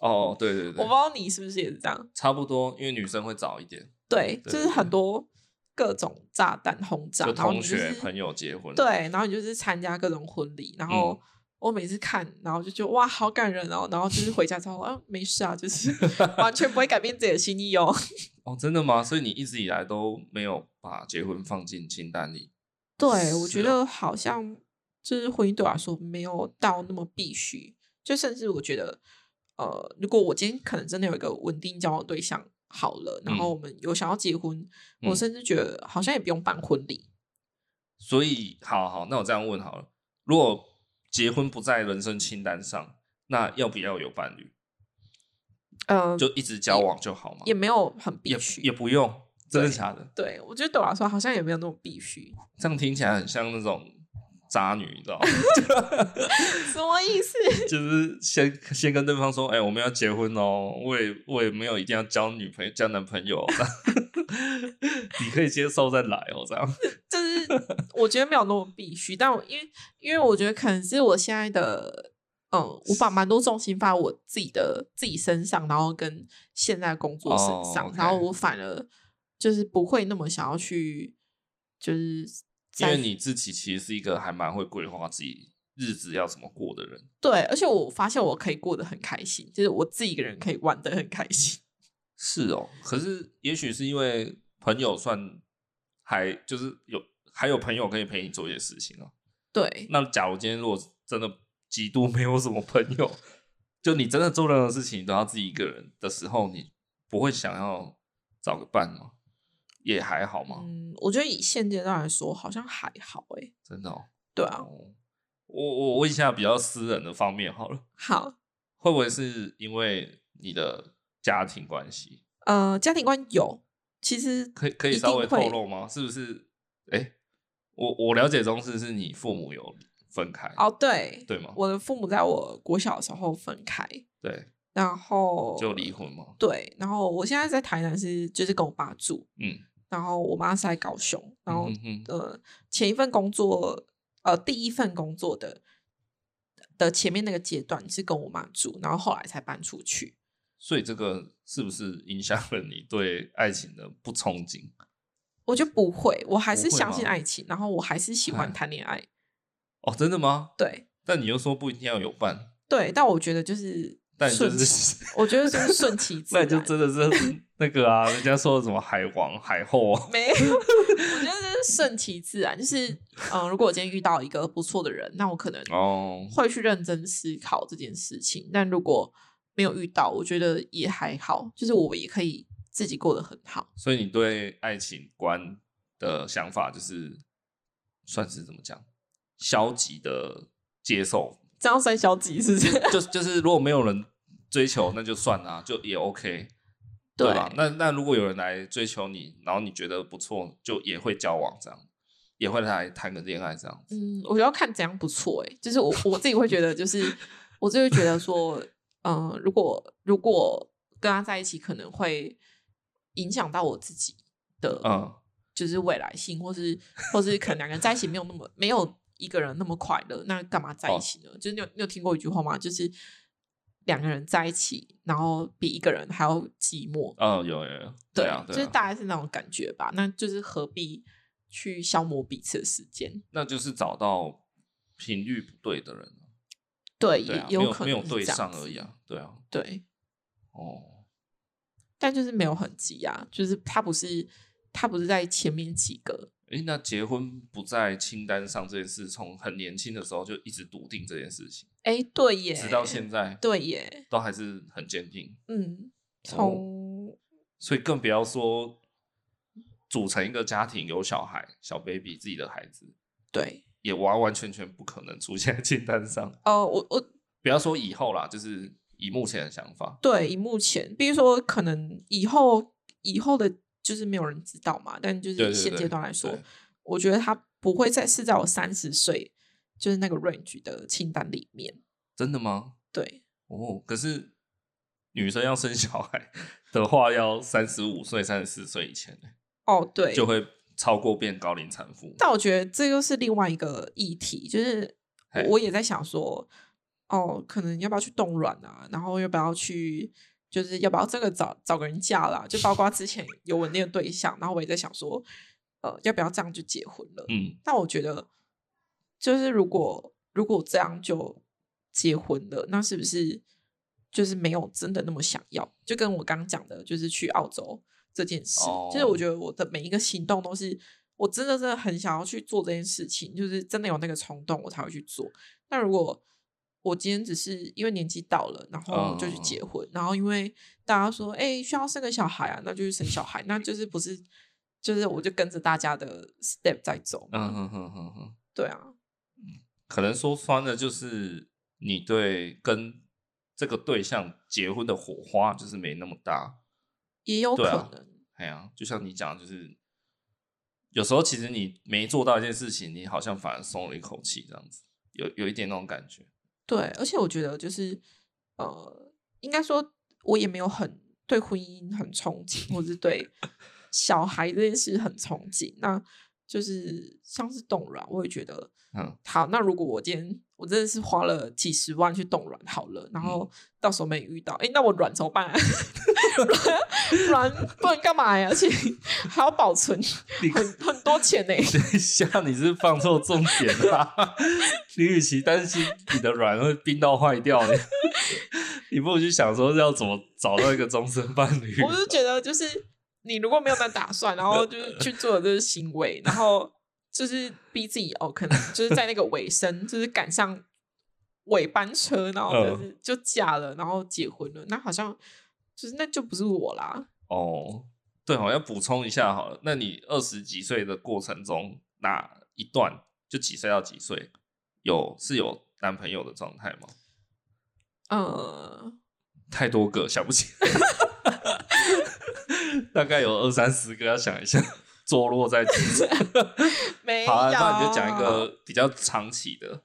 哦，对对嗯我对不知，道你是不是也是这样，差不多，因为女生会早一点，对，对就是对很多各种炸弹轰炸，就然后你同就学是朋友结婚。对，，然后你就是参加各种婚礼，然后嗯我每次看，然后就觉得哇，好感人哦，然后就是回家之后，啊，没事啊，就是 完全不会改变自己的心意哦。哦，真的吗？所以你一直以来都没有把结婚放进清单里。对，我觉是哦得好像就是婚姻对我来说没有到那么必须，就甚至我觉得，呃，如果我今天可能真的有一个稳定交往对象好了，然后我们有想要结婚，嗯我甚至觉得好像也不用办婚礼。所以，好好，那我这样问好了：如果结婚不在人生清单上，那要不要有伴侣？嗯、就一直交往就好吗？也没有很必也须。也不用，真的对假的？对，我觉得对我来说好像也没有那么 必须，这样听起来很像那种渣女，你知道吗？什么意思？就是先先跟对方说，哎、我们要结婚哦，我也我也没有一定要交女朋友、交男朋友，哦 你可以接受再来哦，这样。就是我觉得没有那么必须，但我因为因为我觉得可能是我现在的，嗯，我把蛮多重心放在我自己的自己身上，然后跟现在工作身上哦，，OK 然后我反而就是不会那么想要去，就是因在为你自己其实是一个还蛮会规划自己日子要怎么过的人，对，而且我发现我可以过得很开心，就是我自己一个人可以玩的很开心。是哦，可是也许是因为朋友算还就是有还有朋友可以陪你做一些事情啊。对，那假如今天如果真的极度没有什么朋友，就你真的做任何事情都要自己一个人的时候，你不会想要找个伴吗？也还好吗？嗯，我觉得以现阶段来说，好像还好诶、真的哦。对啊，哦我我问一下比较私人的方面好了，好，会不会是因为你的家庭关系？呃，家庭观有，其实可以可以一稍定微会透露吗？是不是？哎、我我了解中是是你父母有分开，哦，对对吗我的父母在我国小的时候分开，对，然后就离婚吗？对，然后我现在在台南是就是跟我爸住，嗯，然后我妈是在高雄，然后、嗯哼哼呃前一份工作呃第一份工作的的前面那个阶段是跟我妈住，然后后来才搬出去。所以这个是不是影响了你对爱情的不憧憬？我就不会，我还不是会相信吗爱情，然后我还是喜哎欢谈恋爱。哦，真的吗？对但你又说不一定要有伴，对，但我觉得就是但顺就其， 是我觉得就是顺其自 那然。你就真的是 那个啊，人家说什么海王海后啊， 没有，我觉得这是顺其自然。就是，嗯、如果我今天遇到一个不错的人，那我可能哦，会去认真思考这件事情。但如果没有遇到，我觉得也还好，就是我也可以自己过得很好。所以你对爱情观的想法就是算是怎么讲，消极的接受这样算消极是不是？就就是如果没有人追求，那就算啦、就也 OK，对吧？那那如果有人来追求你，然后你觉得不错，就也会交往这样，也会来谈个恋爱这样子。 嗯，我觉得要看怎样不错哎、就是我我自己会觉得，就是 我自己会觉得说，嗯、如果如果跟他在一起，可能会影响到我自己的嗯，就是未来性，或是或是可能两个人在一起没有那么没有一个人那么快乐，那干嘛哦在一起呢？就是你有你有听过一句话吗？就是两个人在一起，然后比一个人还要寂寞。哦，有有有，对啊，就对是啊，大概是那种感觉吧。那就是何必去消磨彼此的时间？那就是找到频率不对的人，啊对，对啊，也没也有可没能有是对这样上子而已。啊，对啊，对，哦，但就是没有很急啊，就是他不是他不是在前面几个诶，那结婚不在清单上这件事，从很年轻的时候就一直笃定这件事情，哎、对耶，直到现在对耶，都还是很坚定。嗯，哦从所以更不要说组成一个家庭有小孩、小 baby 自己的孩子，对也完完全全不可能出现在清单上。 哦，我我不要说以后啦，就是以目前的想法，对以目前，比如说可能以后以后的，就是没有人知道嘛，但就对是对现对阶段来说，对我觉得他不会再是在我三十岁就是那个 range 的清单里面。真的吗？对，哦，可是女生要生小孩的话，要三十五岁、三十四岁以前、欸、哦对，就会超过变高龄产妇。但我觉得这又是另外一个议题，就是嘿我也在想说，哦，可能要不要去冻卵啊？然后要不要去，就是要不要这个找找个人嫁啦、就包括之前有稳定的对象，然后我也在想说，呃，要不要这样就结婚了？嗯，但我觉得，就是如果如果这样就结婚了，那是不是就是没有真的那么想要？就跟我刚刚讲的，就是去澳洲这件事，就是哦我觉得我的每一个行动都是我真的真的很想要去做这件事情，就是真的有那个冲动，我才会去做。那如果我今天只是因为年纪到了，然后就去嗯结婚，然后因为大家说，哎、需要生个小孩啊，那就去生小孩，那就是不是就是我就跟着大家的 step 在走嘛，嗯哼哼哼哼，对啊，可能说穿了就是你对跟这个对象结婚的火花就是没那么大。也有可对啊能，哎呀、就像你讲的，就是有时候其实你没做到一件事情，你好像反而松了一口气，这样子，有有一点那种感觉。对而且我觉得就是呃，应该说我也没有很对婚姻很憧憬，或 是对小孩这件事很憧憬，那就是像是冻卵，我也觉得嗯， 好，那如果我今天我真的是花了几十万去冻卵好了，嗯然后到时候没遇到，哎、那我卵怎么办、啊？ 卵 卵不能干嘛呀？而且还要保存，你很很多钱呢、等一下，你是放错重点啦！你与其担心你的卵会冰到坏掉，你 你不如去想说要怎么找到一个终身伴侣。我是觉得，就是你如果没有那打算，然后就是去做这个行为，然后就是逼自己哦，可能就是在那个尾声，就是赶上尾班车，然后嗯就是就嫁了，然后结婚了，那好像就是那就不是我啦。哦，对哦，要补充一下好了。那你二十几岁的过程中，哪一段就几岁到几岁有是有男朋友的状态吗？呃，太多个想不起来， 大概有二三十个，要想一下坐落在几岁。 没有，好、啊，那你就讲一个比较长期的，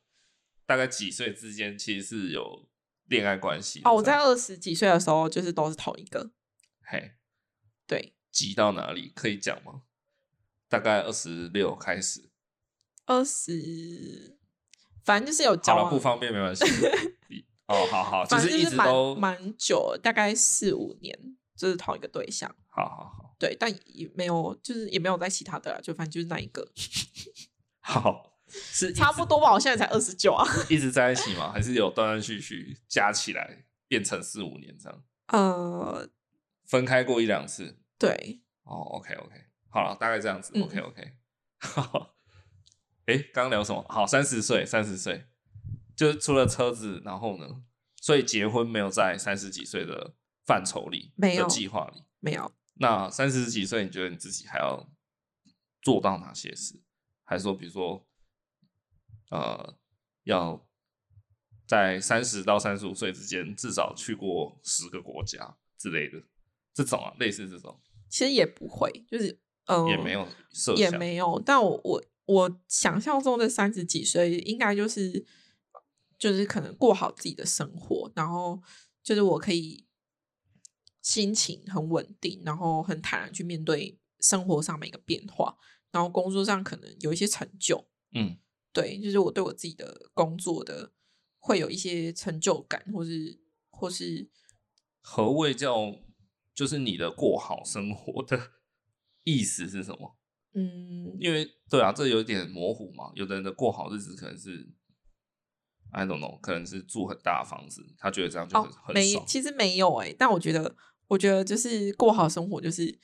大概几岁之间其实是有恋爱关系的哦，我在这样二十几岁的时候，就是都是同一个，嘿，对，急到哪里可以讲吗？大概二十六开始，二十，反正就是有交好了，往，不方便没 关系。你哦，好好，就哦反正是就一是直蛮都蛮久了，大概四五年，就是同一个对象。好好好对，但也没有，就是也没有在其他的啦，就反正就是那一 个，好，是一差不多吧。我现在才二十九 啊，一直在一起吗？还是有断断续续加起来变成四五年这样？呃，分开过一两次？对，哦，OK OK，好了，大概这样子、嗯 o k OK，好。诶，刚刚聊什么？好，三十岁，三十岁，就是除了车子，然后呢？所以结婚没有在三十几岁的范畴里，没有的计划里。没有，那三十几岁，你觉得你自己还要做到哪些事？还是说，比如说，呃，要在三十到三十五岁之间，至少去过十个国家之类的，这种啊，类似这种，其实也不会，就是嗯、呃也没有设也想，没有。但我我我想象中的三十几岁，应该就是就是可能过好自己的生活，然后就是我可以心情很稳定，然后很坦然去面对生活上每个变化，然后工作上可能有一些成就，嗯，对，就是我对我自己的工作的会有一些成就感，或是或是何谓叫就是你的过好生活的意思是什么？嗯，因为对啊，这有点模糊嘛。有的人的过好日子可能是，I don't know，可能是住很大的房子，他觉得这样就哦很、，很没，欸爽。其实没有哎、但我觉得，我觉得就是过好生活，就是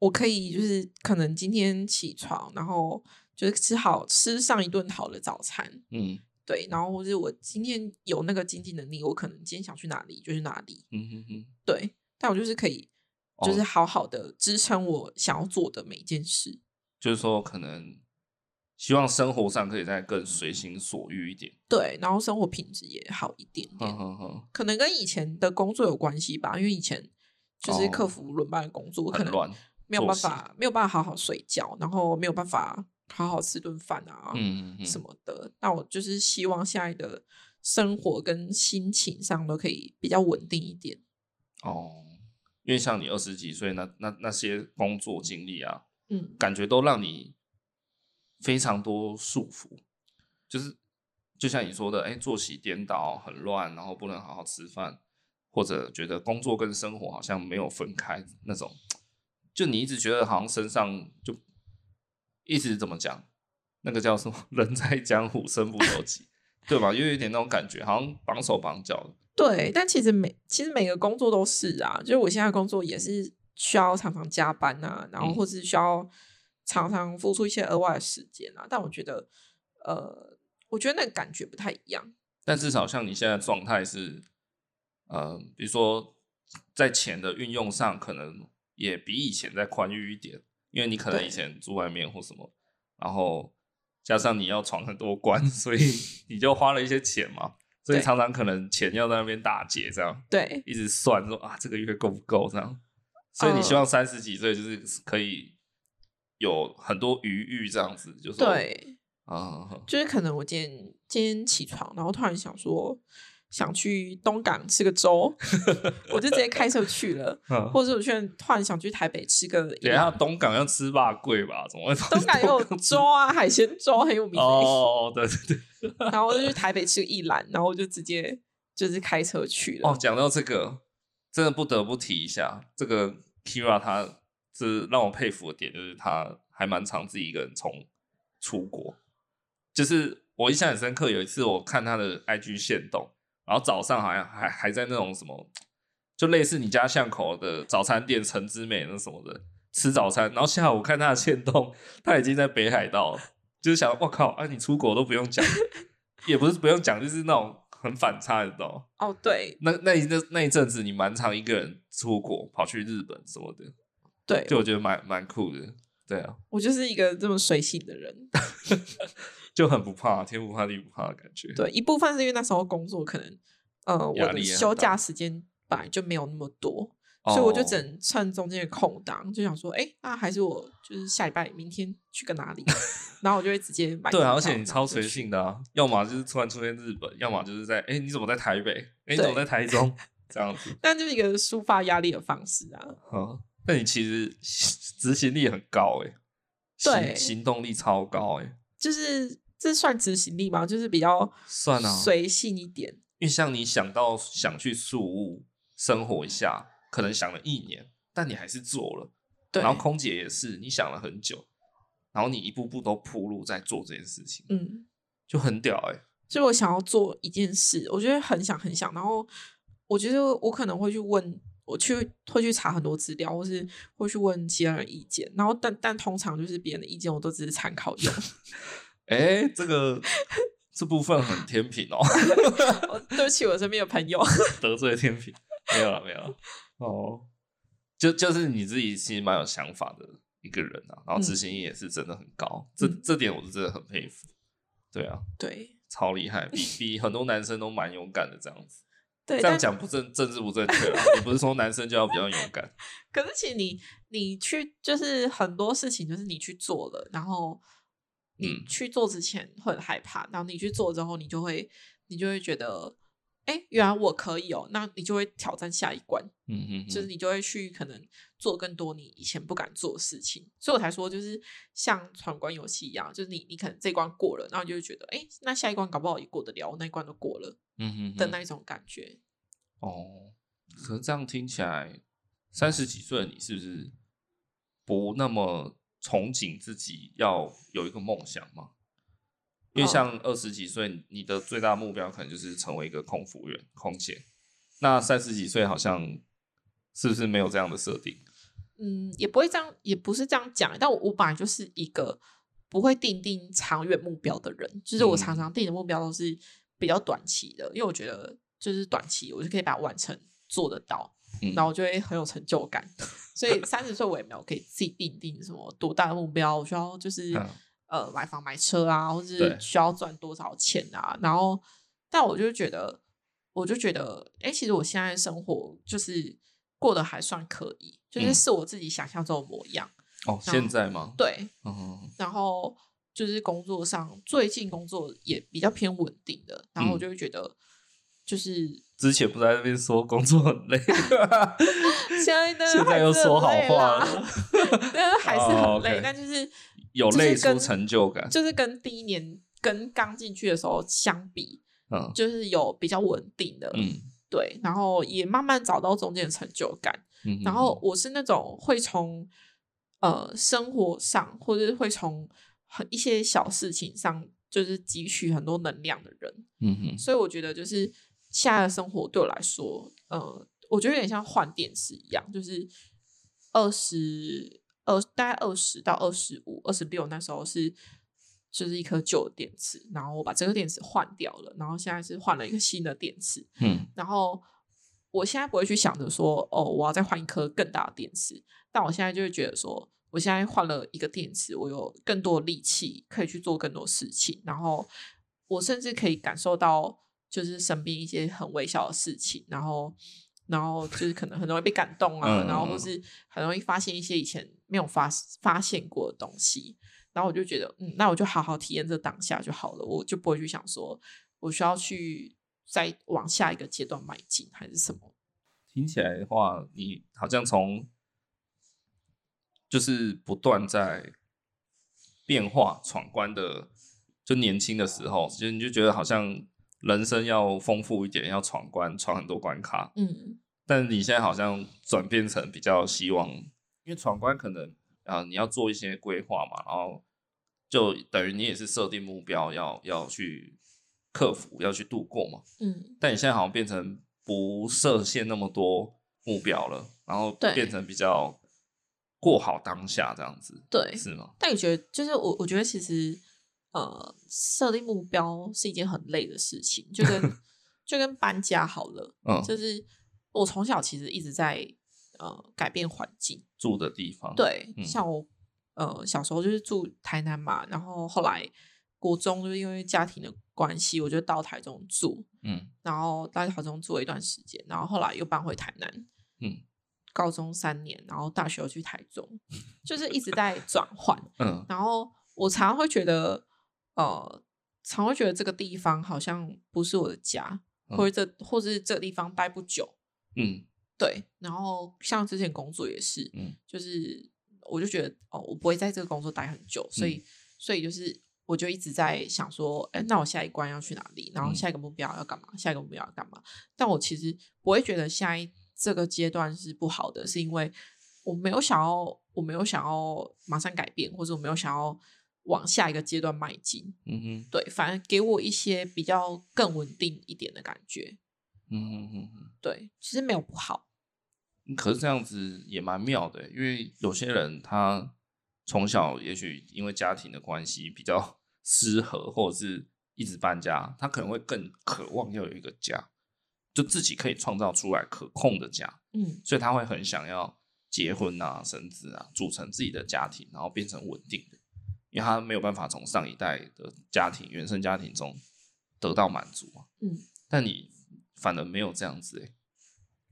我可以就是可能今天起床，然后就是吃好吃上一顿好的早餐，嗯对，然后或是我今天有那个经济能力，我可能今天想去哪里就去哪里，嗯嗯嗯，对，但我就是可以就是哦好好的支撑我想要做的每一件事，就是说可能希望生活上可以再更随心所欲一点。对，然后生活品质也好一点点，哼哼哼，可能跟以前的工作有关系吧，因为以前就是哦客服轮班的工作，可很能乱。没有作办息法，没有办法好好睡觉，然后没有办法好好吃顿饭啊，嗯嗯嗯，什么的。那我就是希望现在的生活跟心情上都可以比较稳定一点。哦，因为像你二十几岁那那那些工作经历啊，嗯，感觉都让你非常多束缚，就是就像你说的，哎、作息颠倒很乱，然后不能好好吃饭，或者觉得工作跟生活好像没有分开那种，就你一直觉得好像身上就一直怎么讲，那个叫什么“ 人在江湖身不由己”，对吧？又有一点那种感觉，好像绑手绑脚的。对。但其实每其实每个工作都是啊，就是我现在的工作也是需要常常加班啊，然后嗯或是需要常常付出一些额外的时间啊。但我觉得，呃，我觉得那个感觉不太一样。但至少像你现在的状态是，呃，比如说在钱的运用上，可能也比以前再宽裕一点，因为你可能对以前住外面或什么，然后加上你要闯很多关， 所以你就花了一些钱嘛，所以嗯对常常可能钱要在那边打结，这样对，一直算说啊，这个月够不够这样，所以你嗯希望三十几岁就是可以有很多余裕这样子，就说对。啊， 就是可能我今天今天起床，然后突然想说想去东港吃个粥，我就直接开车去了，嗯或者我突然突然想去台北吃个饮等一下东港要吃霸贵吧？怎么会东港也有粥啊，海鲜粥很有名、哦，对对对，然后我就去台北吃一兰，然后我就直接就是开车去了。哦，讲到这个，真的不得不提一下，这个 Kira 他是让我佩服的点，就是他还蛮常自己一个人从出国，就是我印象很深刻，有一次我看他的 IG 线动，然后早上好像还还在那种什么，就类似你家巷口的早餐店橙之美那什么的吃早餐，然后下午看他的线动，他已经在北海道了，就是想我靠，啊你出国都不用讲，也不是不用讲，就是那种很反差，你知道吗？哦对那那一阵那一阵子，你蛮常一个人出国，跑去日本什么的，对，就我觉得蛮蛮酷的。对啊，我就是一个这么随性的 人。就很不怕，天不怕地不怕的感觉。对，一部分是因为那时候工作可能呃我压的力也很休大假时间本来就没有那么多，哦，所以我就只能趁中间的空档，就想说，哎、那还是我就是下礼拜明天去个哪 里，然后我就会直接买机对票。啊，而且你然后超就随去性的啊，要么就是突然出现日本，要么就是在哎、你怎么在台北？哎、你怎么在对台中？这样子。但就是一个抒发压力的方式啊。啊，那你其实执行力很高哎、对行行动力超高哎、就是这算执行力吗？就是比较算啊，随性一点。因为像你想到想去宿务生活一下，可能想了一年，但你还是做了。对，然后空姐也是，你想了很久，然后你一步步都铺路在做这件事情，嗯，就很屌哎、所以我想要做一件事，我觉得很想很想，然后我觉得我可能会去问，我去会去查很多资料，或是会去问其他人意见，然后但但通常就是别人的意见我都只是参考用， 哎、这个这部分很天平哦， 我对不起我身边的朋友。 得罪天平，没有了没有了哦，就就是你自己其实蛮有想法的一个人啊，然后执行力也是真的很高，这嗯这点我是真的很佩服，对啊，对，超厉害，比比很多男生都蛮勇敢的这样子。对，这样但讲不正政治不正确啦，啊也不是说男生就要比较勇敢，可是其实你你去就是很多事情，就是你去做了，然后 你嗯去做之前会很害怕，然后你去做之后，你就会你就会觉得，哎，原来我可以哦，那你就会挑战下一关，嗯嗯，就是你就会去可能做更多你以前不敢做的事情，所以我才说就是像闯关游戏一样，就是你你可能这一关过了，然后你就会觉得，哎，那下一关搞不好也过得了，我那一关都过了嗯嗯的那一种感觉。哦，可是这样听起来，三十几岁的你是不是不那么憧憬自己要有一个梦想吗？因为哦像二十几岁，你的最大目标可能就是成为一个空服员、空姐。那三十几岁好像是不是没有这样的设定？嗯，也不会这样，也不是这样讲。但我我本来就是一个不会定定长远目标的人，就是我常嗯常定的目标都是比较短期的，因为我觉得就是短期我就可以把它完成做得到，嗯然后我就会很有成就感。 所以三十岁我也没有给自己定定什么多大的目标，我需要就是、嗯呃买房买车啊，或对是需要赚多少钱啊。然后，但我就觉得，我就觉得，哎、其实我现在的生活就是过得还算可以，就是嗯是我自己想象中的模样。哦，现在吗？对，嗯，然后就是工作上最近工作也比较偏稳定的，然后我嗯就会觉得，就是之前不在那边说工作很累， 现在呢，现在又说好话了，但还是哦很，OK 累，但就是有累就是出跟成就感。就是跟第一年跟刚进去的时候相比，嗯就是有比较稳定的，嗯对，然后也慢慢找到中间的成就感。嗯，然后我是那种会从呃生活上，或者是会从很一些小事情上，就是汲取很多能量的人。嗯哼所以我觉得，就是现在的生活对我来说，呃，我觉得有点像换电池一样，就是二十二，大概二十到二十五、二十六那时候是。就是一颗旧的电池，然后我把这个电池换掉了，然后现在是换了一个新的电池，嗯然后我现在不会去想着说，哦，我要再换一颗更大的电池，但我现在就会觉得说，我现在换了一个电池，我有更多的力气可以去做更多事情，然后我甚至可以感受到，就是身边一些很微小的事情，然后。然后就是可能很容易被感动啊，嗯然后或是很容易发现一些以前没有发发现过的东西，然后我就觉得，嗯，那我就好好体验这当下就好了，我就不会去想说，我需要去再往下一个阶段迈进还是什么？听起来的话，你好像从就是不断在变化闯关的，就年轻的时候，就你就觉得好像人生要丰富一点，要闯关，闯很多关卡。嗯，但你现在好像转变成比较希望，因为闯关可能啊、呃你要做一些规划嘛，然后就等于你也是设定目标要要去克服，要去度过嘛。嗯，但你现在好像变成不设限那么多目标了，然后对变成比较过好当下这样子，对。是吗？但你觉得，就是我，我觉得其实，呃，设定目标是一件很累的事情，就 跟就跟搬家好了，嗯，就是我从小其实一直在呃改变环境，住的地方，，对，嗯像我呃小时候就是住台南嘛，然后后来国中就是因为家庭的关系，我就到台中住，嗯然后在台中住了一段时间，然后后来又搬回台南，嗯，高中三年，然后大学又去台中，就是一直在转换。嗯然后我常常会觉得，呃，常会觉得这个地方好像不是我的家，嗯或者这或是这个地方待不久，嗯对。然后像之前工作也是，嗯就是我就觉得哦，我不会在这个工作待很久，所以、所以就是我就一直在想说，哎、那我下一关要去哪里？然后嗯下一个目标要干嘛？下一个目标要干嘛？但我其实不会觉得下一这个阶段是不好的，是因为我没有想要，我没有想要马上改变，或者我没有想要往下一个阶段迈进。嗯哼对，反而给我一些比较更稳定一点的感觉。嗯哼嗯哼。对，其实没有不好。可是这样子也蛮妙的欸，因为有些人他从小也许因为家庭的关系比较 失和，或者是一直搬家，他可能会更渴望要有一个家，就自己可以创造出来可控的家，嗯所以他会很想要结婚啊、生子啊，组成自己的家庭，然后变成稳定的，因为他没有办法从上一代的家庭、原生家庭中得到满足嘛。嗯，但你反而没有这样子、欸，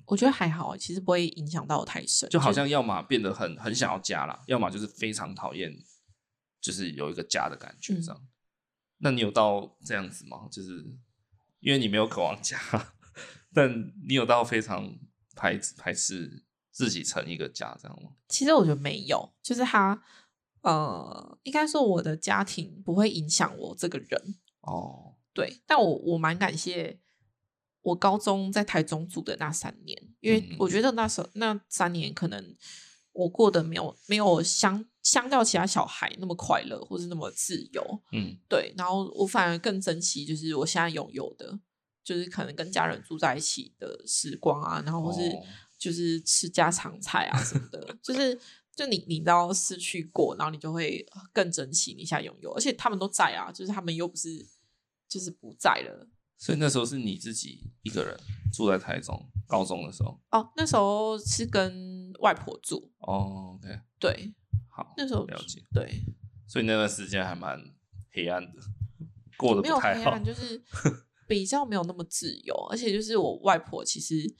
我觉得还好，其实不会影响到我太深。就好是像要么变得很很想要家啦，要么就是非常讨厌，就是有一个家的感嗯觉这样。那你有到这样子吗？就是因为你没有渴望家， 但你有到非常排斥排斥自己成一个家这样吗？其实我觉得没有，就是他，呃，应该说我的家庭不会影响我这个人，哦，对。但我我蛮感谢我高中在台中住的那三年，因为嗯我觉得那时候那三年可能我过得没有没有相相较其他小孩那么快乐，或是那么自由，嗯对。然后我反而更珍惜，就是我现在拥有的，就是可能跟家人住在一起的时光啊，然后或是哦就是吃家常菜啊什么的，就是就你你到失去过，然后你就会更珍惜你现在拥有，而且他们都在啊，就是他们又不是就是不在了。所以那时候是你自己一个人住在台中，高中的时候。哦，那时候是跟外婆住，哦，OK，对，好，那时候了解。对，所以那段时间还蛮黑暗的，过得没有不黑太好暗，。就是 比较没有那么自由，而且就是我外婆其实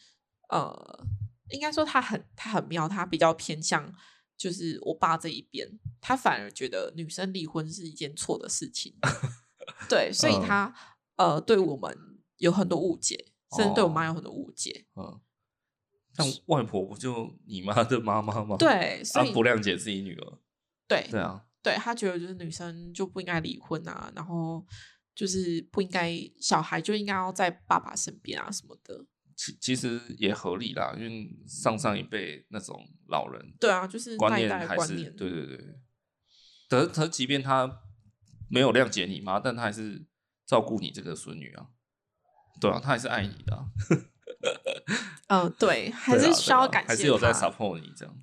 呃，应该说她很她很妙，她比较偏向就是我爸这一边，她反而觉得女生离婚是一件错的事 情，对，所以嗯她、呃对我们有很多误解，甚至对我妈哦有很多误解，嗯，但外婆不就你妈的妈妈吗？，对，所 她以、啊不谅解自己女儿。对对啊，对他觉得就是女生就不应该离婚啊，然后就是不应该小孩就应该要在爸爸身边啊什么的。其其实也合理啦，因为上上一辈那种老人对啊，就是观那一念代的还观是念。对对对，可可即便他没有谅解你妈，但他还是照顾你这个孙女啊，对啊，他还是爱你的啊、 嗯、对，还对啊是需要对啊感谢他。还是有在 support 你这样。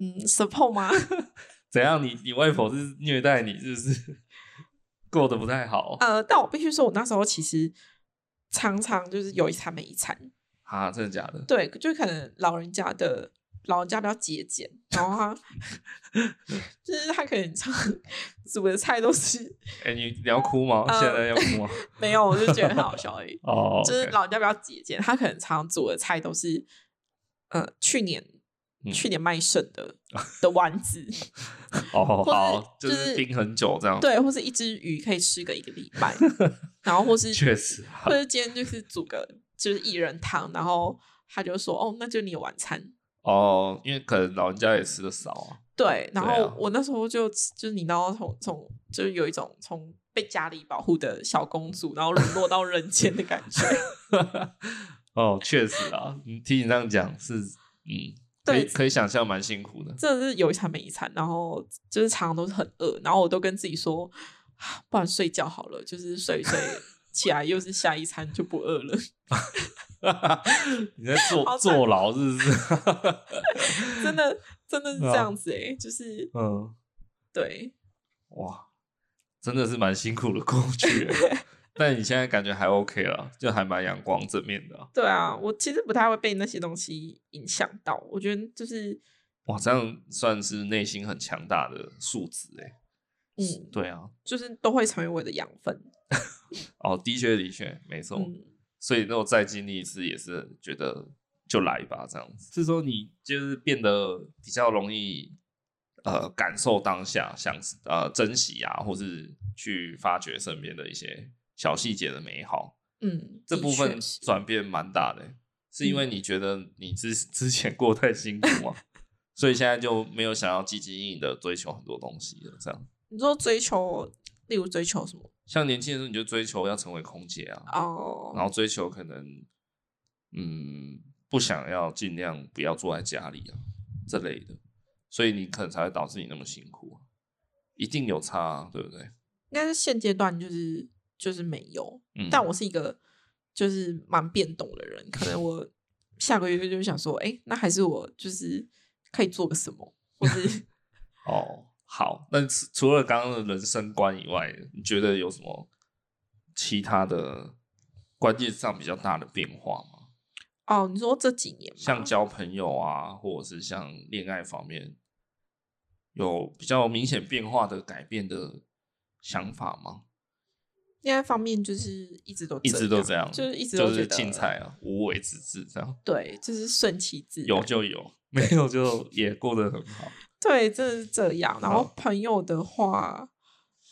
嗯 support 吗？ 怎样？你你外婆是虐待你，是不是？ 过得不太好呃，但我必须说，我那时候其实常常就是有一餐没一餐。啊？真的假的？对，就可能老人家的老人家比较节俭，然后他 就是他可能常煮的菜都是哎、你你要哭吗？呃现在要哭 吗？没有，我就觉得很好笑而已。哦，就是 OK 老人家比较节俭，他可能常煮的菜都是，呃，去年、嗯去年卖剩的 的丸子，哦，或是好，就就是是冰很久这样。，对，或是一只鱼可以吃个一个礼拜，然后或 是确实啊 或是今天就是煮个就是薏仁汤，然后他就说哦，那就你的晚餐。哦，因为可能老人家也吃的少啊。对，然对啊后我那时候就就是你知道从从就是有一种从被家里保护的小公主，然后沦落到人间的感觉。 哦，确实啊，你听你这样讲是，嗯，可对以可以想象蛮辛苦的。 真的是有一餐没一餐，然后就是常常都是很饿，然后我都跟自己说，啊不然睡觉好了，就是睡一睡起来又是下一餐就不饿了。 你在坐好惨坐牢是不是？ 真的真的是对啊这样子哎、就是嗯，对，哇，真的是蛮辛苦的过去。 但你现在感觉还 OK 了，就还蛮阳光正面的啊、对啊，我其实不太会被那些东西影响到，我觉得就是哇，这样算是内心很强大的素质哎、嗯，对啊，就是都会成为我的养分。哦，的确的确，没错。嗯，所以那我再经历一次，也是觉得就来吧，这样子。是说你就是变得比较容易，呃，感受当下，想呃珍惜啊，或是去发掘身边的一些小细节的美好。嗯，这的部确分是嗯转变蛮大的欸、是因为你觉得你之之前过得太辛苦嘛， 所以现在就没有想要积极应的追求很多东西了。这样，你说追求，例如追求什么？像年轻的时候你就追求要成为空姐啊，哦，然后追求可能，嗯，不想要尽量不要坐在家里啊这类的，所以你可能才会导致你那么辛苦、啊，一定有差、啊，对不对？应该是现阶段就是就是没有，嗯，但我是一个就是蛮变动的人，可能我下个月就想说，哎、那还是我就是可以做个什么，或是哦，好，那除除了刚刚的人生观以外，你觉得有什么其他的观念上比较大的变化吗？哦，你说这几年嘛像交朋友啊，或者是像恋爱方面，有比较明显变化的改变的想法吗？恋爱方面就是一直都一直都这样，就是一直都就觉是得竞赛啊，无为之治这样，对，就是顺其自然有就有，没有就也过得很好。对，真的是这样。然后好朋友的话，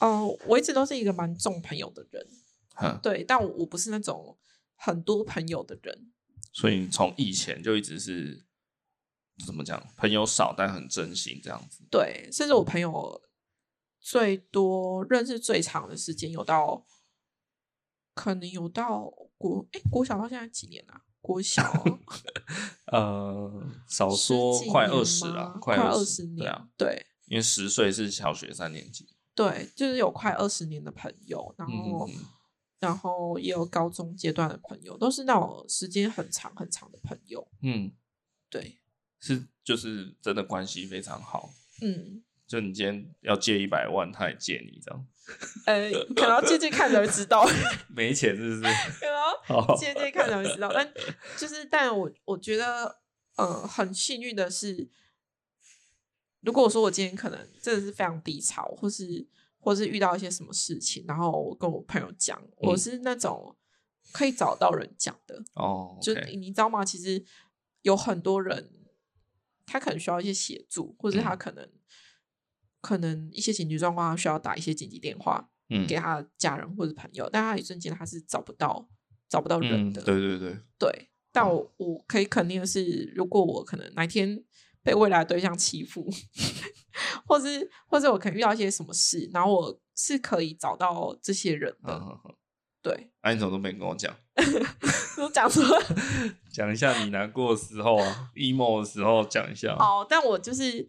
哦、我一直都是一个蛮重朋友的人，哼，对，但我我不是那种很多朋友的人，所以你从以前就一直是怎么讲，朋友少但很真心这样子。对，甚至我朋友最多认识最长的时间有到，可能有到国哎、国小到现在几年啊？国小呃，少十说几快年二十了吗，快二十年，对啊，对因为十岁是小学三年级，对就是有快二十年的朋友，然嗯后、嗯嗯然后也有高中阶段的朋友，都是那种时间很长很长的朋友。嗯，对，是就是真的关系非常好，嗯，就你今天要借一百万，他也借你这样，呃，可能要借借看才会知道，可没钱是不是？ 能要好，借借看才会知道。 但就是，但我我觉得，呃，很幸运的是，如果我说我今天可能真的是非常低潮，或是或是遇到一些什么事情，然后我跟我朋友讲，嗯我是那种可以找到人讲的。哦，就 OK 你你知道吗？其实有很多人，他可能需要一些协助，或者他嗯可能、可能一些紧急状况，他需要打一些紧急电话嗯给他的家人或者朋友，但他一瞬间他是找不到找不到人嗯，的。对嗯对对，对，但我我可以肯定的是，如果我可能哪天被未来的对象欺负， 或是或者我可能遇到一些什么事，然后我是可以找到这些人的。嗯嗯嗯，对，啊，你怎么都没跟我讲？我讲说。讲一下你难过的时候啊，emo 的时候讲一下。哦，但我就是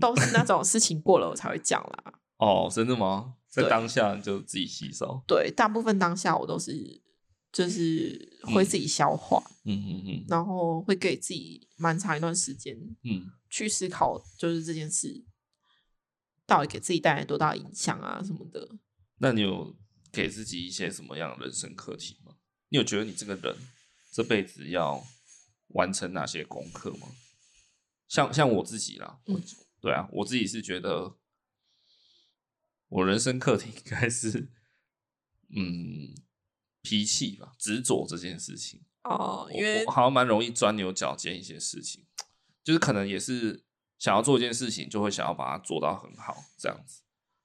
都是那种事情过了我才会讲啦。哦，真的吗？在对当下就自己吸收。 对，大部分当下我都是就是会自己消化，嗯嗯嗯然后会给自己蛮长一段时间嗯，去思考，就是这件事到底给自己带来多大影响啊什么的。那你有给自己一些什么样的人生课题吗？你有觉得你这个人这辈子要完成哪些功课吗？像像我自己啦，我嗯对啊，我自己是觉得我人生课题应该是嗯脾气吧，执着这件事情。哦，因我为我好像蛮容易钻牛角尖一些事情，就是可能也是想要做一件事情，就会想要把它做到很好，这样子。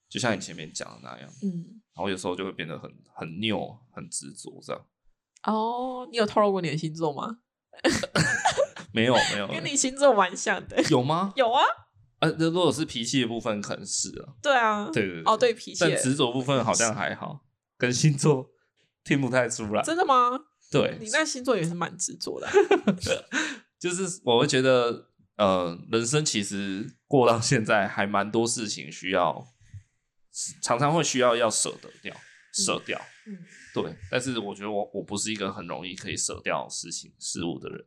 就像你前面讲的那样，然嗯，后有时候就会变得很很拗、很执着这样。哦，你有透露过你的星座吗？没有没有，跟你星座蛮像的。 有吗？有啊，呃，那如果是脾气的部分，可能是啊，对啊，对对哦，对，脾气但耶，执着部分好像还好，跟星座听不太出来。真的吗？对你，那星座也是蛮执着的啊。就是我会觉得，呃，人生其实过到现在还蛮多事情需要，常常会需要要舍得掉，舍掉。嗯对，但是我觉得我我不是一个很容易可以舍掉事情事物的人，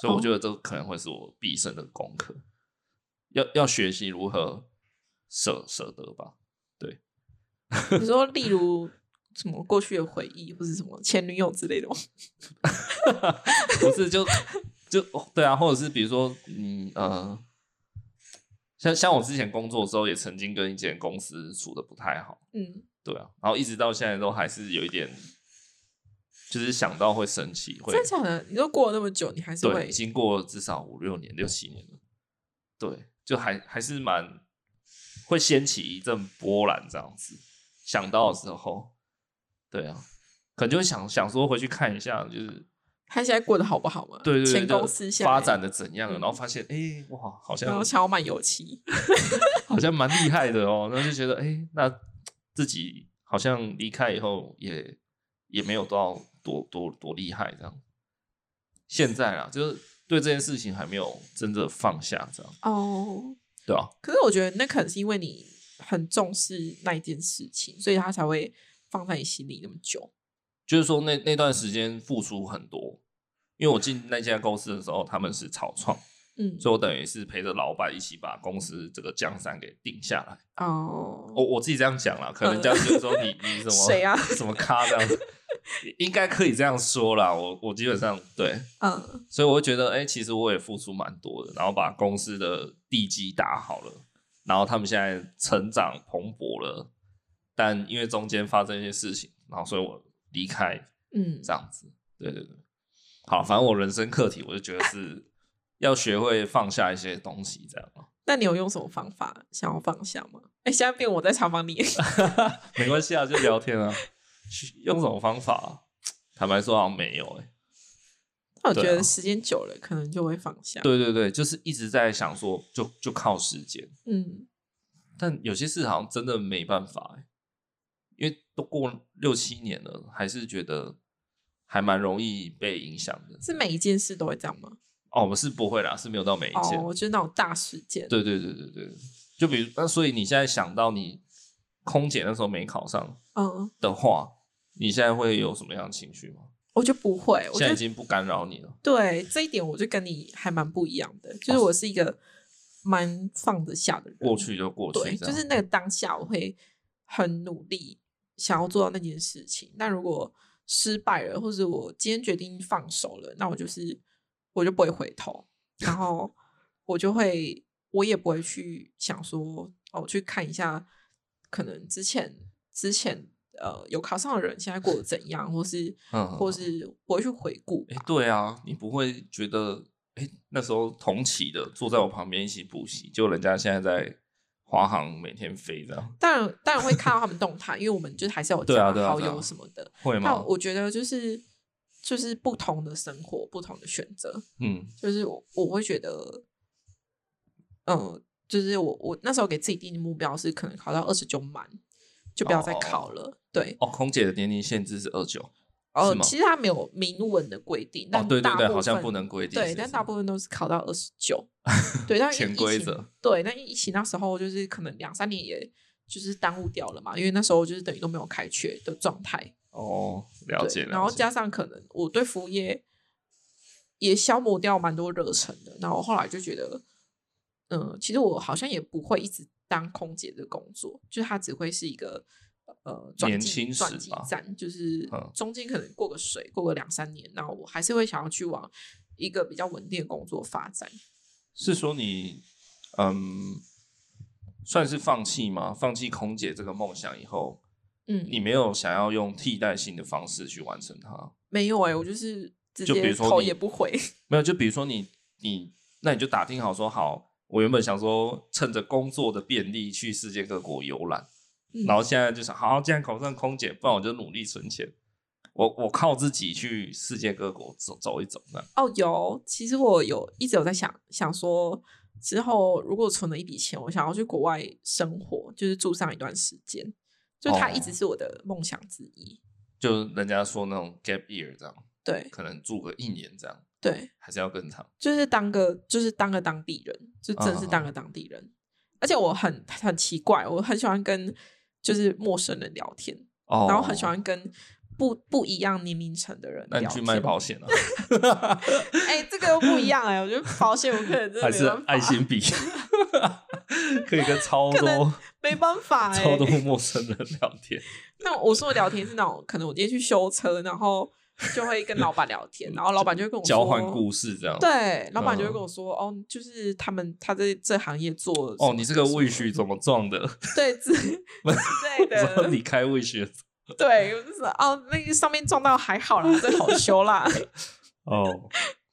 所以我觉哦得这可能会是我毕生的功课，要要学习如何舍舍得吧。你说，例如什么过去的回忆，或是什么前女友之类的吗？ 不是就就哦对啊，或者是比如说你呃，像像我之前工作的时候，也曾经跟一间公司处的不太好，嗯，对啊，然后一直到现在都还是有一点，就是想到会生气，会真的假的？你都过了那么久，你还是对，会经过至少五六年、六七年了，对，就还还是蛮会掀起一阵波澜这样子。想到的时候，对啊，可能就会想想说回去看一下，就是他现在过得好不好嘛？对对对，前就公司下来发展，的怎样了，嗯然后发现哎、诶哇，好然像后想要漫游期，好像蛮厉害的哦，然后就觉得哎、诶那自己好像离开以后也也没有到多多多厉害这样。现在啊，就是对这件事情还没有真的放下，这样哦。对啊，可是我觉得那可能是因为你很重视那一件事情，所以他才会放在你心里那么久。就是说那那段时间付出很多，因为我进那家公司的时候，他们是草创，嗯，所以我等于是陪着老板一起把公司这个江山给定下来。哦，我我自己这样讲啦，可能嗯人家觉得说你你什么谁啊什么咖这样子， 应该可以这样说啦。我我基本上对，嗯，所以我会觉得，哎、其实我也付出蛮多的，然后把公司的地基打好了，然后他们现在成长蓬勃了，但因为中间发生一些事情，然后所以我离开嗯，这样子。对对对，好，反正我人生课题，我就觉得是要学会放下一些东西，这样啊那你有用什么方法想要放下吗？哎，现在变我在采访你，没关系啊，就聊天啊。用什么方法啊、坦白说，好像没有哎、那我觉对啊得时间久了可能就会放下。，对对对，就是一直在想说，就就靠时间。嗯，但有些事好像真的没办法、欸，因为都过六七年了，还是觉得还蛮容易被影响的。是每一件事都会这样吗？哦，我们是不会啦，是没有到每一件。哦，我觉得那种大事件，对对对对对，就比如那，所以你现在想到你空姐那时候没考上嗯，的话，你现在会有什么样的情绪吗？我就不会，我现在觉已得经不干扰你了。对这一点，我就跟你还蛮不一样的，哦就是我是一个蛮放得下的人，过去就过对，去，就是那个当下我会很努力想要做到那件事情。那如果失败了，或者我今天决定放手了，那我就是我就不会回头，然后我就会我也不会去想说哦，去看一下可能之前之前呃有考上的人现在过得怎样，或是、嗯或是不会去回顾吧哎、对啊，你不会觉得哎、诶那时候同期的坐在我旁边一起补习，就人家现在在华航每天飞这样，当然，当然会看到他们动态，因为我们就是还是有对啊加对啊好对啊友什么的。会那吗？我觉得就是就是不同的生活，不同的选择，嗯，就是我我会觉得，嗯、就是我我那时候给自己定的目标是可能考到二十九满，就不要再考了。对，哦，空姐的年龄限制是二九，哦、是吗哦其实它没有明文的规定，但对对大对部好像分不能规定对，是不但是大部分都是考到二十 九。对，但因为潜疫规情则。对，那因为疫情那时候就是可能两三年也。就是耽误掉了嘛，因为那时候就是等于都没有开缺的状态，哦，了对解了解。然后加上可能我对服务业也消磨掉蛮多热忱的，然后后来就觉得，嗯、其实我好像也不会一直当空姐的工作，就是它只会是一个呃转年机轻转时机吧站，就是嗯中间可能过个水，过个两三年，然后我还是会想要去往一个比较稳定的工作发展。是说你，嗯，算是放弃吗？放弃空姐这个梦想以后，嗯，你没有想要用替代性的方式去完成它？没有哎、我就是直就比接如说头你也不回，没有，就比如说你，你那你就打听好说好，我原本想说趁着工作的便利去世界各国游览，嗯然后现在就想，好，既然考上空姐，不然我就努力存钱，我我靠自己去世界各国走走一走，这样哦，有，其实我有一直有在想想说，之后如果存了一笔钱，我想要去国外生活，就是住上一段时间，就它一直哦是我的梦想之一。就人家说那种 gap year 这样，对可能住个一年这样，对，还是要更长。就是当个就是当个当地人，就真的是嗯当个当地人。而且我很很奇怪，我很喜欢跟就是陌生人聊天，哦，然后很喜欢跟不不一样年龄层的人那聊你天。去卖保险 啊？哎、这个又不一样哎、我觉得保险我可能真的还没是办法，爱心笔？ 可以跟超多没办法哎、超多陌生人聊天。 那我说的聊天是那种，可能我今天去修车，然后就会跟老板聊 天，然后老板就会跟我说交换故事这样。对，老板就会嗯跟我说，哦，就是他们他在这行业做什么哦，你这个什么位序怎么撞的？对 之之类我说的，你开位序对，我就是哦，那个上面撞到还好啦，这好修 啦。 哦。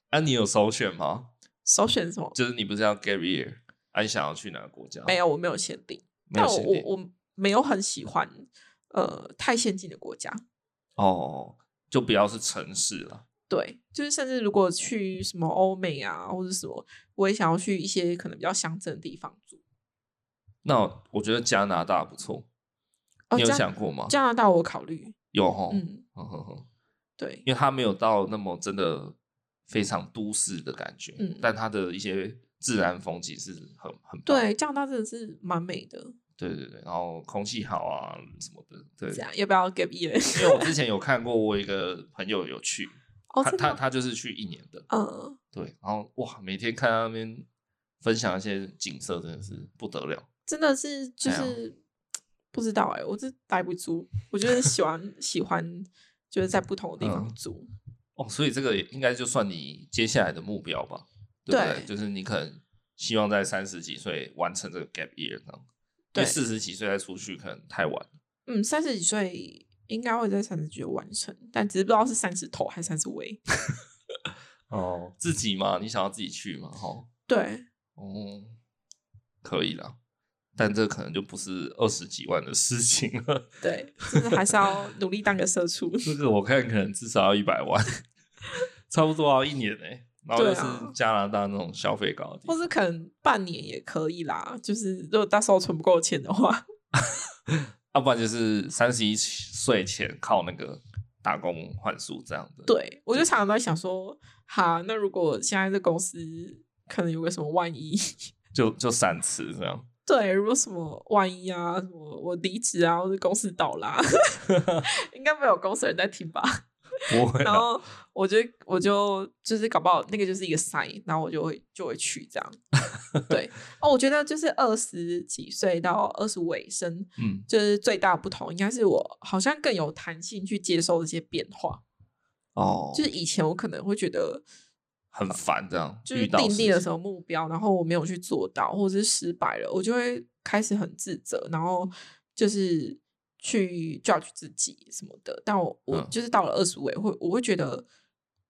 啊，你有首选吗？首选什么？就是你不是要 gap year？啊，你想要去哪个国家？没，有，我没有限定，没有但我限我定。我没有很喜欢呃太先进的国家，哦，就不要是城市了。对，就是甚至如果去什么欧美啊，或者什么，我也想要去一些可能比较乡镇的地方住。那我觉得加拿大不错，哦，你有加想过吗？加拿大我考虑，有哦，嗯，嗯哼哼，对，因为它没有到那么真的非常都市的感觉，嗯但它的一些自然风景是很很棒对，加拿大真的是蛮美的。对对对，然后空气好啊什么的，对，这样要不要 gap year？因为我之前有看过，我有一个朋友有去，哦，他真他的吗，他就是去一年的，嗯，对，然后哇，每天看他那边分享一些景色，真的是不得了。真的是就哎呀是不知道哎，我这待不住，我就是喜欢喜欢就是在不同的地方嗯住。哦，所以这个也应该就算你接下来的目标吧，对不对对？就是你可能希望在三十几岁完成这个 gap year，这样对对，四十几岁再出去可能太晚了。嗯，三十几岁应该会在三十九完成，但只是不知道是三十头还是三十尾。哦，自己嘛，你想要自己去嘛，哈、对，哦，可以啦，但这可能就不是二十几万的事情了。对，就是还是要努力当个社畜。 这个我看可能至少要一百万， 差不多要一年呢、然后对又啊是加拿大那种消费高的地或方，是可能半年也可以啦，就是如果到时候存不够钱的话，要、不然就是三十一岁前靠那个打工换宿这样的。，对我就常常在想说，好，那如果现在这公司可能有个什么万一， 就就散吃这样。对，如果什么万一啊，什么我离职啊，或者公司倒啦，应该没有公司人在听吧？不会然啦，后我就我就就是搞不好那个就是一个 sign，然后我就会就会去这样。对，哦，我觉得就是二十几岁到二十尾声，嗯，就是最大的不同，应该是我好像更有弹性去接受这些变化。哦，就是以前我可能会觉得，很烦这样，就是遇到定事立了情什么目标，然后我没有去做到，或者是失败了，我就会开始很自责，然后就是去 judge 自己什么的。但我我嗯就是到了二十五，我会我会觉得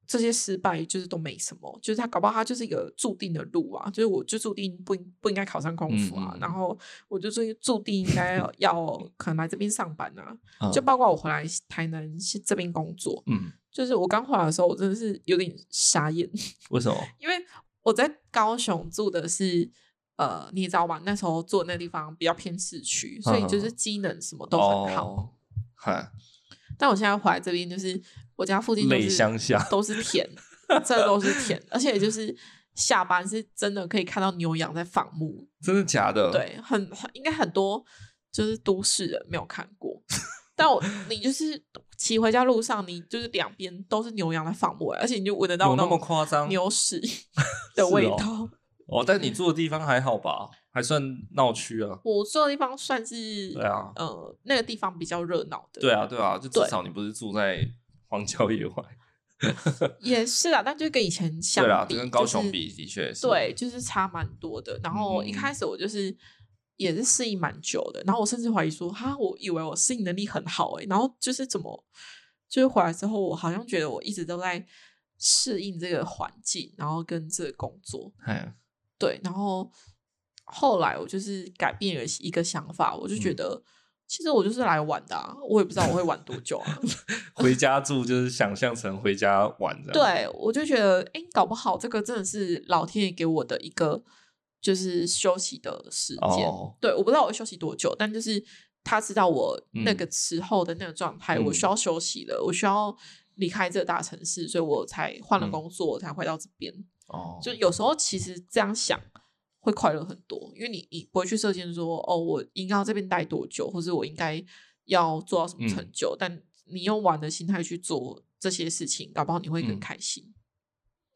这些失败就是都没什么，就是他搞不好他就是一个注定的路啊，就是我就注定不应不应该考上空服啊，嗯嗯嗯然后我就注注定应该要要可能来这边上班啊，嗯就包括我回来台南是这边工作，嗯，就是我刚回来的时候，我真的是有点傻眼。为什么？因为我在高雄住的是呃，你也知道吧？那时候住的那地方比较偏市区，所以就是机能什么都很嗯好。哦，嗨，但我现在回来这边，就是我家附近都累是乡下，都是田，这都是田，而且就是下班是真的可以看到牛羊在放牧，真的假的？，对，很很应该很多就是都市人没有看过。但我你就是骑回家路上，你就是两边都是牛羊在放牧，欸而且你就闻得到有那种么夸张？牛屎的味哦道。哦，但你住的地方还好吧？还算闹区啊？我住的地方算是对啊呃，那个地方比较热闹的，对啊，对啊，就至对少你不是住在荒郊野外。也是啊，但就跟以前相对啦，比，这跟高就雄是比的确是。对，就是差蛮多的。然后一嗯开始我就是也是适应蛮久的，然后我甚至怀疑说，哈，我以为我适应能力很好欸诶、然后就是怎么，就是回来之后，我好像觉得我一直都在适应这个环境，然后跟这个工作，哎，对，然后后来我就是改变了一个想法，我就觉嗯得、其实我就是来玩的、啊，我也不知道我会玩多久 啊。 回家住就是想象成回家玩这样。对，我就觉得，哎、搞不好这个真的是老天爷给我的一个就是休息的时间。哦对，我不知道我休息多久，但就是他知道我那个时候的那个状态，我嗯需要休息了，我需要离开这个大城市，所以我才换了嗯工作，我才回到这边。哦，就有时候其实这样想会快乐很多，因为你你不会去设限说哦，我应该要这边待多久，或者我应该要做到什么成嗯就，但你用玩的心态去做这些事情，搞不好你会更嗯开心。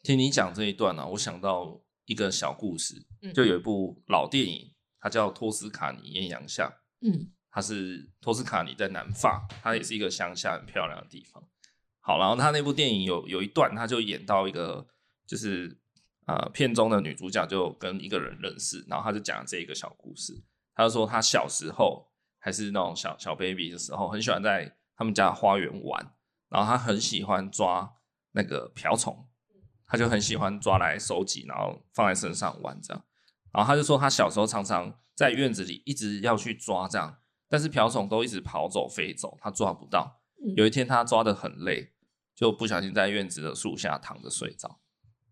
听你讲这一段呢、啊我想到一个小故事，嗯，就有一部老电影，它叫《托斯卡尼艳阳下》，嗯它是托斯卡尼在南法，它也是一个乡下很漂亮的地方。好，然后他那部电影有有一段，他就演到一个就是呃片中的女主角就跟一个人认识，然后他就讲这一个小故事。他就说他小时候还是那种小小 baby 的时候，很喜欢在他们家的花园玩，然后他很喜欢抓那个瓢虫，他就很喜欢抓来收集，然后放在身上玩这样。然后他就说他小时候常常在院子里一直要去抓这样，但是瓢虫都一直跑走飞走，他抓不到。嗯有一天他抓的很累，就不小心在院子的树下躺着睡着。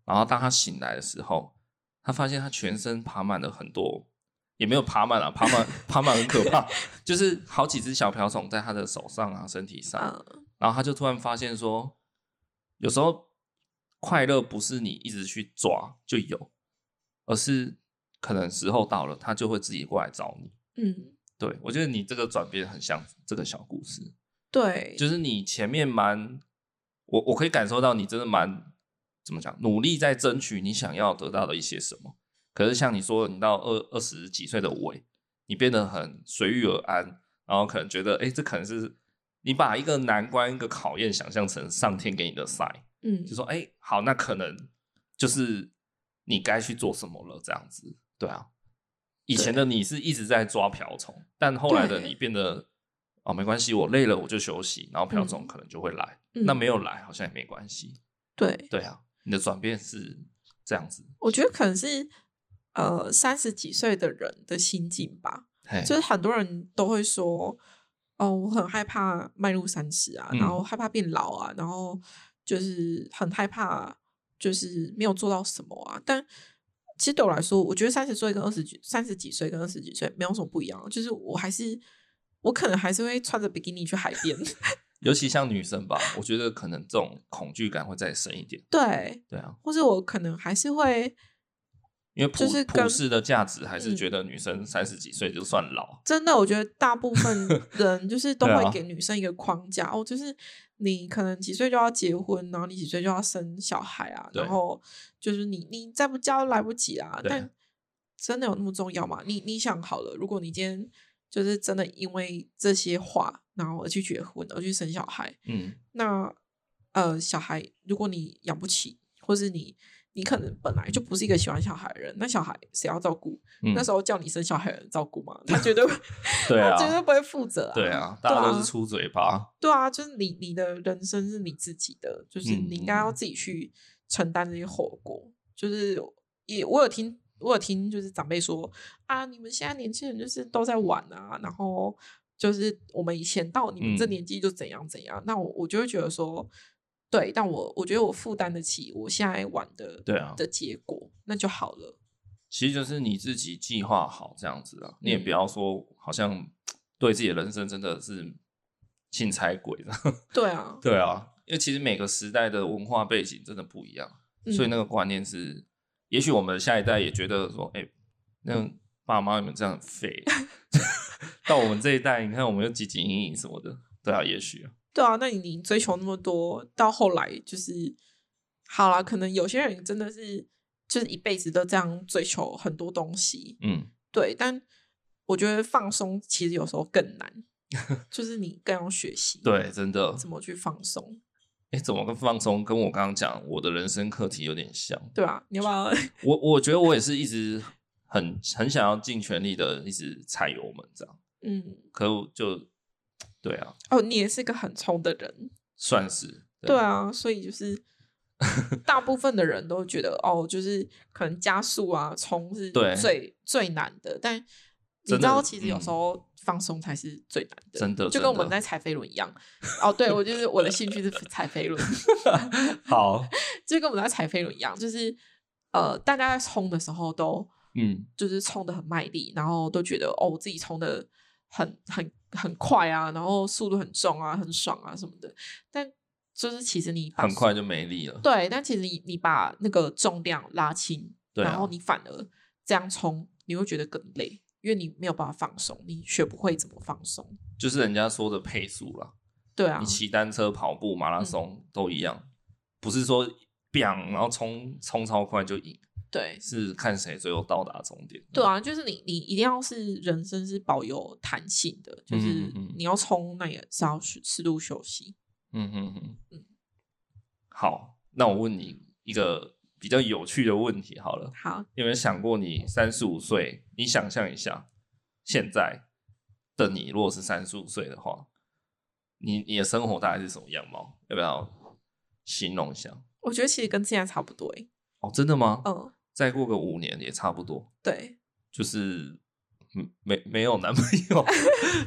然后当他醒来的时候，他发现他全身爬满了很多，也没有爬满啊，爬满爬满很可怕， 就是好几只小瓢虫在他的手上啊、身体上。啊然后他就突然发现说，有时候快乐不是你一直去抓就有，而是可能时候到了，他就会自己过来找你。嗯，对我觉得你这个转变很像这个小故事，对，就是你前面蛮，我我可以感受到你真的蛮怎么讲，努力在争取你想要得到的一些什么。可是像你说，你到二二十几岁的尾，你变得很随遇而安，然后可能觉得，哎、这可能是你把一个难关、一个考验想象成上天给你的赛，嗯就说，哎、好，那可能就是你该去做什么了，这样子，对啊。以前的你是一直在抓瓢虫，但后来的对你变得哦，没关系，我累了我就休息，然后瓢虫可能就会来，那嗯没有来好像也没关系，对，对啊，你的转变是这样子，我觉得可能是呃三十几岁的人的心境吧，嘿，就是很多人都会说，哦，我很害怕迈入三十啊，嗯然后害怕变老啊，然后就是很害怕，就是没有做到什么啊。但其实对我来说，我觉得三十岁跟二十几、三十几岁跟二十几岁没有什么不一样，就是我还是我可能还是会穿着比基尼去海边， 尤其像女生吧，我觉得可能这种恐惧感会再深一点，对，对啊，或者我可能还是会因为普就是跟普世的价值还是嗯觉得女生三十几岁就算老，真的，我觉得大部分 人就是都对啊会给女生一个框架、哦，就是你可能几岁就要结婚，然后你几岁就要生小孩啊，对然后就是你你再不嫁都来不及啊。对但真的有那么重要吗？你你想好了，如果你今天就是真的因为这些话，然后而去结婚，而去生小孩，嗯，那呃，小孩如果你养不起，或是你你可能本来就不是一个喜欢小孩的人，那小孩谁要照顾？嗯那时候叫你生小孩的人照顾吗？ 他绝对对啊他绝对不会负责、啊。对啊，大家都是出嘴巴，对啊，就是你你的人生是你自己的，就是嗯你应该要自己去承担这些后果。就是也我有听我有听，就是长辈说啊，你们现在年轻人就是都在玩啊，然后就是我们以前到你们这嗯年纪就怎样怎样。那我我就会觉得说，对，但我我觉得我负担得起我现在玩的对啊的结果，那就好了。其实就是你自己计划好这样子啊，你也嗯不要说好像对自己的人生真的是信差鬼这样。 对啊，对啊，因为其实每个时代的文化背景真的不一样，所以嗯那个观念是，也许我们下一代也觉得说，哎、那爸妈你们这样很废， 到我们这一代，你看我们又汲汲营营什么的，对啊，也许啊对啊，那你你追求那么多，到后来就是好啦，可能有些人真的是就是一辈子都这样追求很多东西，嗯，对，但我觉得放松其实有时候更难，就是你更要学习对，真的，怎么去放松，哎、怎么个放松？跟我刚刚讲我的人生课题有点像，对吧、你要不要？ 我我觉得我也是一直很很想要尽全力的，一直踩油门这样，嗯，可我就对啊，哦，你也是个很冲的人，算是对啊，所以就是 大部分的人都觉得哦，就是可能加速啊、冲是对最最难的，但你真知的道，其实有时嗯候放松才是最难的，真的就真跟我们 的在踩飞轮一样。哦，对，我就是我的兴趣是踩飞轮， 好，就跟我们在踩飞轮一样，就是呃，大家在冲的时候都 嗯，就是冲的很卖力，然后都觉得哦，我自己冲的很很很快啊，然后速度很重啊，很爽啊什么的，但。就是其实你把很快就没力了。对，但其实你你把那个重量拉轻，对啊然后你反而这样冲，你会觉得更累，因为你没有办法放松，你学不会怎么放松。就是人家说的配速啦，对啊嗯你，骑单车、跑步、马拉松都一样，不是说 biang 然后冲冲超快就赢，对是看谁最后到达终点。对，啊，就是你你一定要是人生是保有弹性的，就是嗯嗯嗯你要冲，那也是要适适度休息。嗯哼哼，好，那我问你一个比较有趣的问题好了，好，你有没有想过你三十五岁？你想象一下，现在的你如果是三十五岁的话，你你的生活大概是什么样貌？要不要形容一下？我觉得其实跟现在差不多欸、哦，真的吗？嗯，再过个五年也差不多，对，就是嗯，没没有男朋友，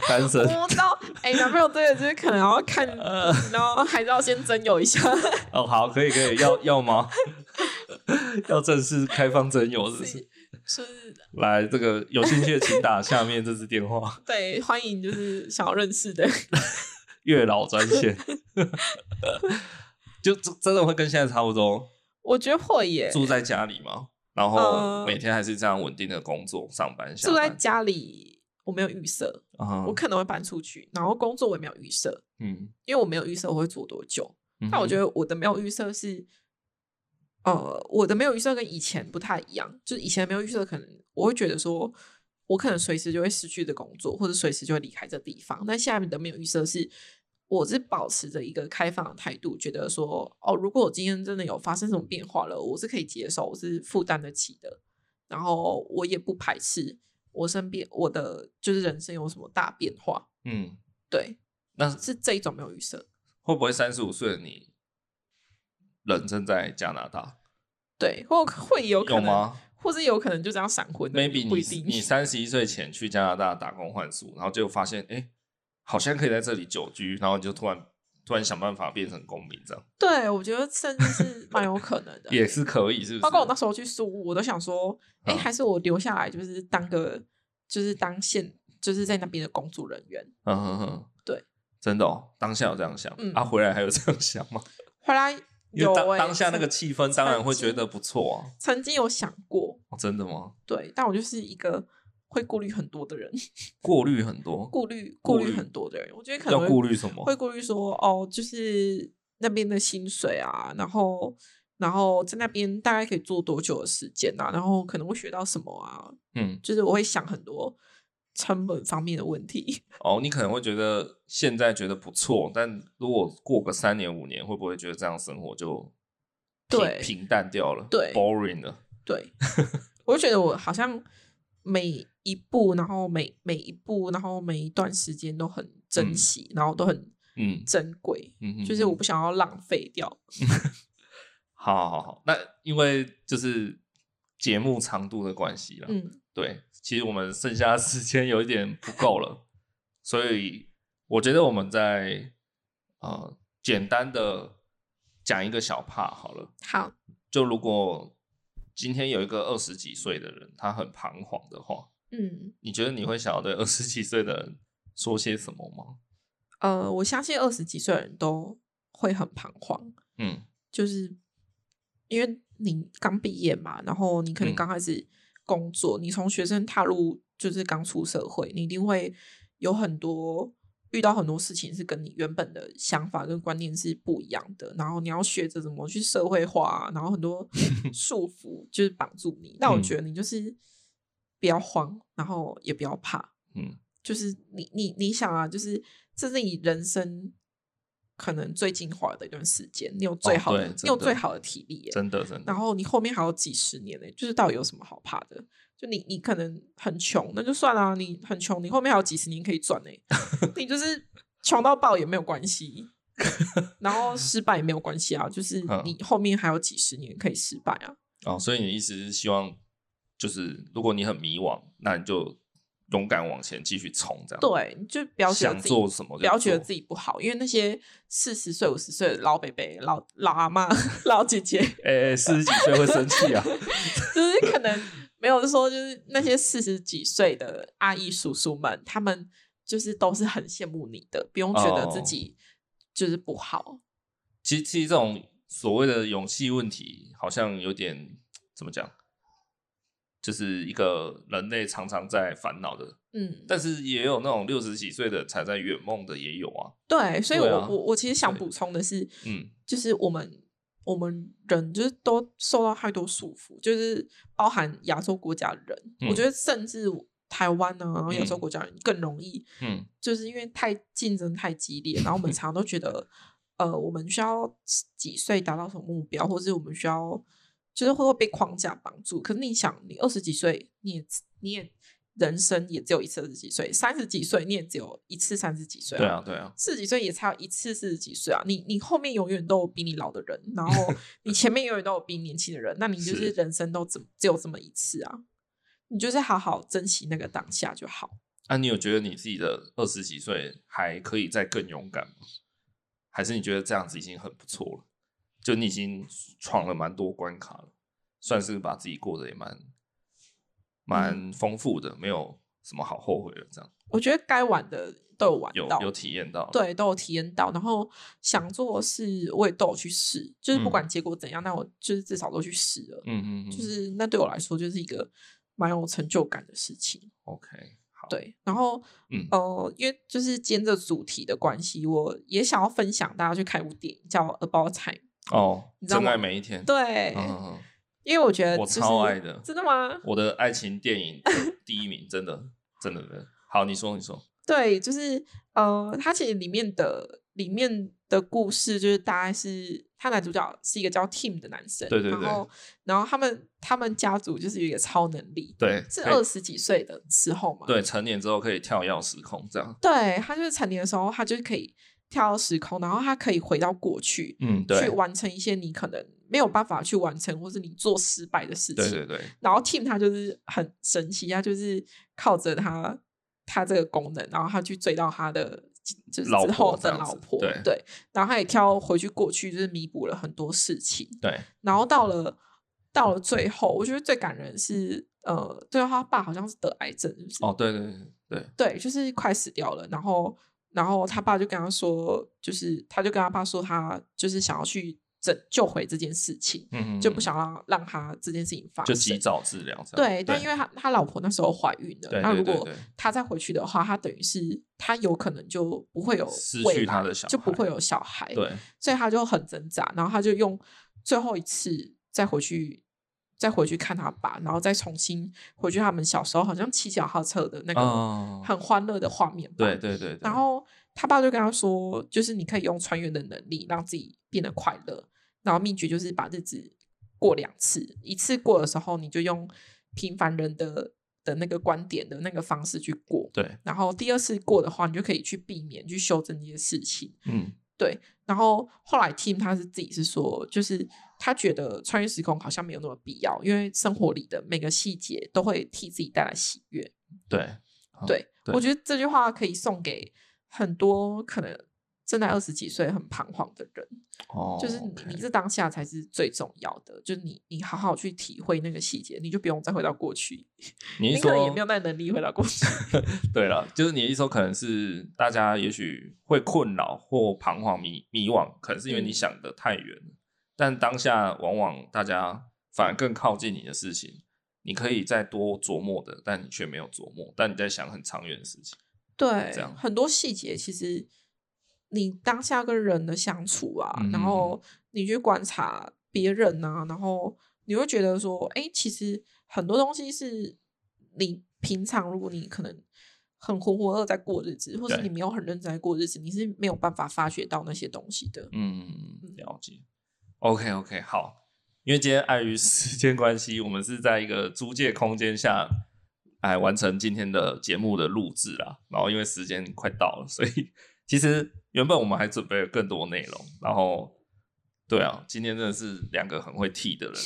单身。我知道，哎、男朋友对的，就是可能要看，呃然后还是要先征友一下，哦，好，可以可以，要要吗？ 要正式开放征友，是不是？ 就是来，这个有兴趣的请打下面这支电话，对，欢迎就是想要认识的，月老专 线。 就真真的会跟现在差不多，我觉得会耶，住在家里嘛，然后呃每天还是这样稳定的工作，上班下住在班。家里，我没有预设，我嗯可能会搬出去，然后工作我也没有预设，嗯，因为我没有预设我会做多久。嗯但我觉得得我的没有预设是，呃，我的没有预设跟以前不太一样，就是以前没有预设，可能我会觉得说，我可能随时就会失去的工作，或者随时就会离开这地方。但现在的没有预设是。我是保持着一个开放的态度，觉得说，哦，如果我今天真的有发生什么变化了，我是可以接受，我是负担得起的。然后我也不排斥我身边我的就是人生有什么大变化，嗯，对，那是这一种没有预设，会不会三十五岁的你人正在加拿大？对，或会有可有能，吗或是有可能就这样闪婚的？maybe 不一定你你三十一岁前去加拿大打工换宿，然后就发现哎、诶好像可以在这里久居，然后你就突然突然想办法变成公民，这样对我觉得甚至是蛮有可能的， 也是可以，是不是？包括我那时候去苏屋，我都想说，哎、嗯还是我留下来，就是当个，就是当现，就是在那边的工作人员。嗯哼哼，对，真的哦，当下有这样想，嗯啊，回来还有这样想吗？后来因为当、有欸当下那个气氛当然会曾经觉得不错啊、曾经有想过，哦真的吗？对，但我就是一个会顾虑很多的人，过滤很多，顾虑顾顾虑虑很多的人，我觉得可能要会顾虑什么？会顾虑说，哦，就是那边的薪水啊，然后然后在那边大概可以做多久的时间啊，然后可能会学到什么啊，嗯，就是我会想很多成本方面的问题。哦，你可能会觉得现在觉得不错，但如果过个三年五年，会不会觉得这样生活就平对平淡掉了？对，boring 了。 对，我就觉得我好像每一步，然后每每一步，然后每一段时间都很珍嗯惜，然后都很嗯珍贵，嗯哼，就是我不想要浪费掉。好好好好，那因为就是节目长度的关系啦，嗯，对，其实我们剩下的时间有一点不够了，所以我觉得我们在呃简单的讲一个小 part 好了。好，就如果今天有一个二十几岁的人，他很彷徨的话，嗯。你觉得你会想要对二十几岁的人说些什么吗？呃，我相信二十几岁的人都会很彷徨，嗯就是因为你刚毕业嘛，然后你可能嗯刚开始工作，你从学生踏入就是刚出社会，你一定会有很多遇到很多事情是跟你原本的想法跟观念是不一样的，然后你要学着怎么去社会化啊，然后很多 束缚就是绑住你。那我嗯觉得你就是不要慌，然后也不要怕，嗯就是你你你想啊，就是这是你人生可能最精华的一段时间，你有最哦好的，对真你有的最好的体力耶、真的真的然，后你后面还有几十年呢、就是到底有什么好怕的？就你你可能很穷，那就算啦、你很穷，你后面还有几十年可以赚 呢、你就是穷到爆也没有关系。然后失败也没有关系啊，就是嗯你后面还有几十年可以失败啊。哦，所以你的意思是希望，就是如果你很迷惘，那你就勇敢往前继续冲，这样，对，你就不要觉得想自己做什么就不要觉得做自己不好，因为那些四十岁、五十岁的老伯伯、老老阿妈、 老姐姐，哎，四十几岁会生气 啊？就是可能 没有说，就是那些四十几岁的阿姨叔叔们，他们就是都是很羡慕你的，不用觉得自哦己就是不好。其实，其实这种所谓的勇气问题，好像有点怎么讲，就是一个人类常常在烦恼的。嗯，但是也有那种六十几岁的才在圆梦的，也有啊。对，所以我、对啊我我其实想对补充的是，嗯就是我们我们人就是都受到太多束缚，就是包含亚洲国家的人，嗯我觉得甚至台湾呢、然后亚洲嗯国家人更容易，嗯就是因为太竞争太激烈，然后 我们常常都觉得，呃，我们需要几岁达到什么目标，或是我们需要就是会被框架绑住。可是你想，你二十几岁，你也你也人生也只有一次二十几岁，三十几岁你也只有一次三十几岁、对啊，对啊，四十几岁也才有一次四十几岁啊，你你后面永远都有比你老的人，然后你前面永远都有比你年轻的人，那你就是是人生都只只有这么一次啊，你就是好好珍惜那个当下就好。那、啊你有觉得你自己的二十几岁还可以再更勇敢吗？还是你觉得这样子已经很不错了？就你已经闯了蛮多关卡了，算是把自己过得也蛮嗯蛮丰富的，没有什么好后悔的。这样我觉得该玩的都有玩有到，有体验到，，对，都有体验到，然后想做的事我也都有去试，就是不嗯管结果怎样，那我就是至少都去试了，嗯嗯嗯，就是那对我来说就是一个蛮有成就感的事情。 OK，好，，对，然后嗯呃，因为就是今天这主题的关系，我也想要分享大家去看一部电影叫《About Time》。哦，你知道真爱吗每一天，对，嗯，嗯嗯，因为我觉得、我就是、超爱的真的吗？我的爱情电影 第一名，真的，真的，真的。好，你说，你说，对，就是呃，它其实里面的里面的故事就是大概是他男主角是一个叫 Tim 的男生，对对对然后然后他们他们家族就是有一个超能力，对，是可以二十几岁的时候嘛，哎对，成年之后可以跳跃时空，这样，对，他就是成年的时候，他就是可以跳到时空，然后他可以回到过去，嗯，去对，完成一些你可能没有办法去完成，或是你做失败的事情。对对对，然后 Tim 他就是很神奇，他就是靠着他他这个功能，然后他去追到他的就是老之后婆这的样老子婆，对然后他也跳回去过去，就是弥补了很多事情。对，然后到了到了最后，我觉得最感人的是呃，最后他爸好像是得癌症，是不是？哦，对对对对，对，就是快死掉了。然后，然后他爸就跟他说，就是他就跟他爸说，他就是想要去拯救回这件事情，嗯嗯就不想让让他这件事情发就生。及早治疗这样。对，但因为他他老婆那时候怀孕了，对那对如对果对他再回去的话，他等于是他有可能就不会有失未去来他的小就不孩会有小孩，对所以他就很挣扎，然后他就用最后一次再回去。再回去看他爸，然后再重新回去他们小时候好像骑脚踏车的那个嗯，很欢乐的画面吧。对对对，对然后他爸就跟他说，就是你可以用穿越的能力让自己变得快乐，然后秘诀就是把日子过两次，一次过的时候你就用平凡人的的那个观点的那个方式去过，对，然后第二次过的话，你就可以去避免去修正这些事情。嗯对，然后后来 Tim 他是自己是说，就是他觉得穿越时空好像没有那么必要，因为生活里的每个细节都会替自己带来喜悦。对好对，哦对我觉得这句话可以送给很多可能正在二十几岁很彷徨的人，哦，就是你 OK 你这当下才是最重要的，就是你你好好去体会那个细节，你就不用再回到过去，你你是可能也说没有那能力回到过去。对了，就是你的意思说，可能是大家也许会困扰或彷徨迷迷惘，可能是因为你嗯想的太远了。但当下往往大家反而更靠近你的事情，你可以再多琢磨的，但你却没有琢磨，但你在想很长远的事情。对这样，很多细节其实你当下跟人的相处啊，嗯然后你去观察别人啊，然后你会觉得说，哎，其实很多东西是你平常如果你可能很浑浑噩在过日子，或是对你没有很认真在过日子，你是没有办法发掘到那些东西的。嗯嗯，了解。OK OK，好，因为今天碍于时间关系，我们是在一个租借空间下来完成今天的节目的录制啦。然后因为时间快到了，所以其实原本我们还准备了更多内容。然后，对啊，今天真的是两个很会替的人，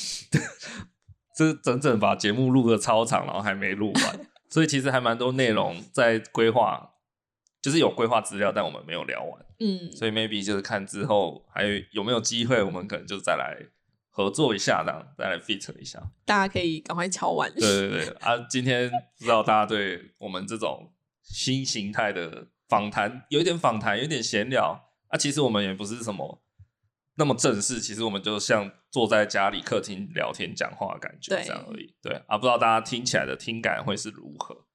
这整整把节目录的超长，然后还没录完，所以其实还蛮多内容在规划，就是有规划资料，但我们没有聊完。嗯，所以 maybe 就是看之后还有有没有机会，我们可能就再来合作一下，这样再来 feature 一下。大家可以赶快敲完。对对对啊！今天不知道大家对我们这种新形态的访谈，有一点访谈，有一点闲聊啊。其实我们也不是什么那么正式，其实我们就像坐在家里客厅聊天讲话的感觉对这样而已。对啊，不知道大家听起来的听感会是如何，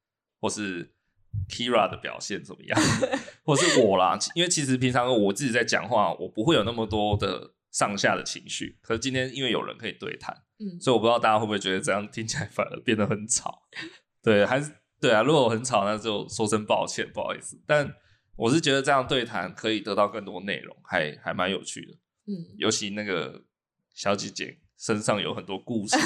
或是 Kira 的表现怎么 样，或是我啦，因为其实平常我自己在讲话，我不会有那么多的上下的情绪，可是今天因为有人可以对谈。嗯，所以我不知道大家会不会觉得这样听起来反而变得很吵。对，还是对啊，如果我很吵，那就说声抱歉，不好意思。但我是觉得这样对谈可以得到更多内容，还还蛮有趣的。嗯，尤其那个小姐姐身上有很多故事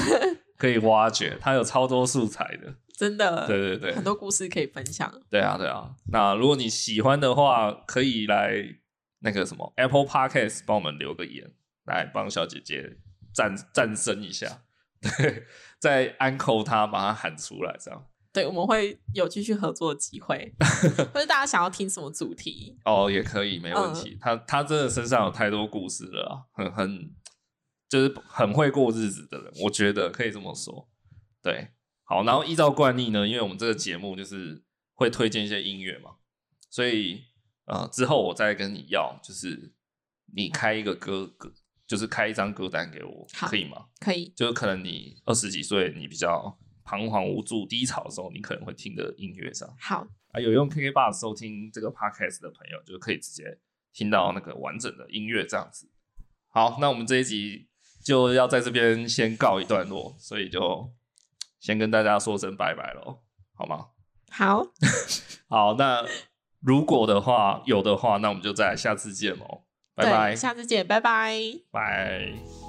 可以挖掘，她有超多素材的。真的，对对对很，多故事可以分享。对啊对啊。那如果你喜欢的话，可以来那个什么 Apple Podcast 帮我们留个言，来帮小姐姐战战胜一下。对， 再安扣她，把她喊出来，这样对，我们会有继续合作的机 会，或者大家想要听什么主题，哦也可以，没问题。她她真的身上有太多故事了啊、很很就是很会过日子的人，我觉得可以这么说。对，好，然后依照惯例呢，因为我们这个节目就是会推荐一些音乐嘛，所以呃之后我再跟你要，就是你开一个歌歌，就是开一张歌单给我，好可以吗？可以就是可能你二十几岁，你比较彷徨无助、低潮的时候，你可能会听的音乐上好啊，有用 KK Bar 收听这个 Podcast 的朋友，就可以直接听到那个完整的音乐这样子。好，那我们这一集就要在这边先告一段落，所以就先跟大家说声拜拜喽，好吗？好，好，那如果的话有的话，那我们就在下次见喽，拜拜对，，下次见，拜拜。拜。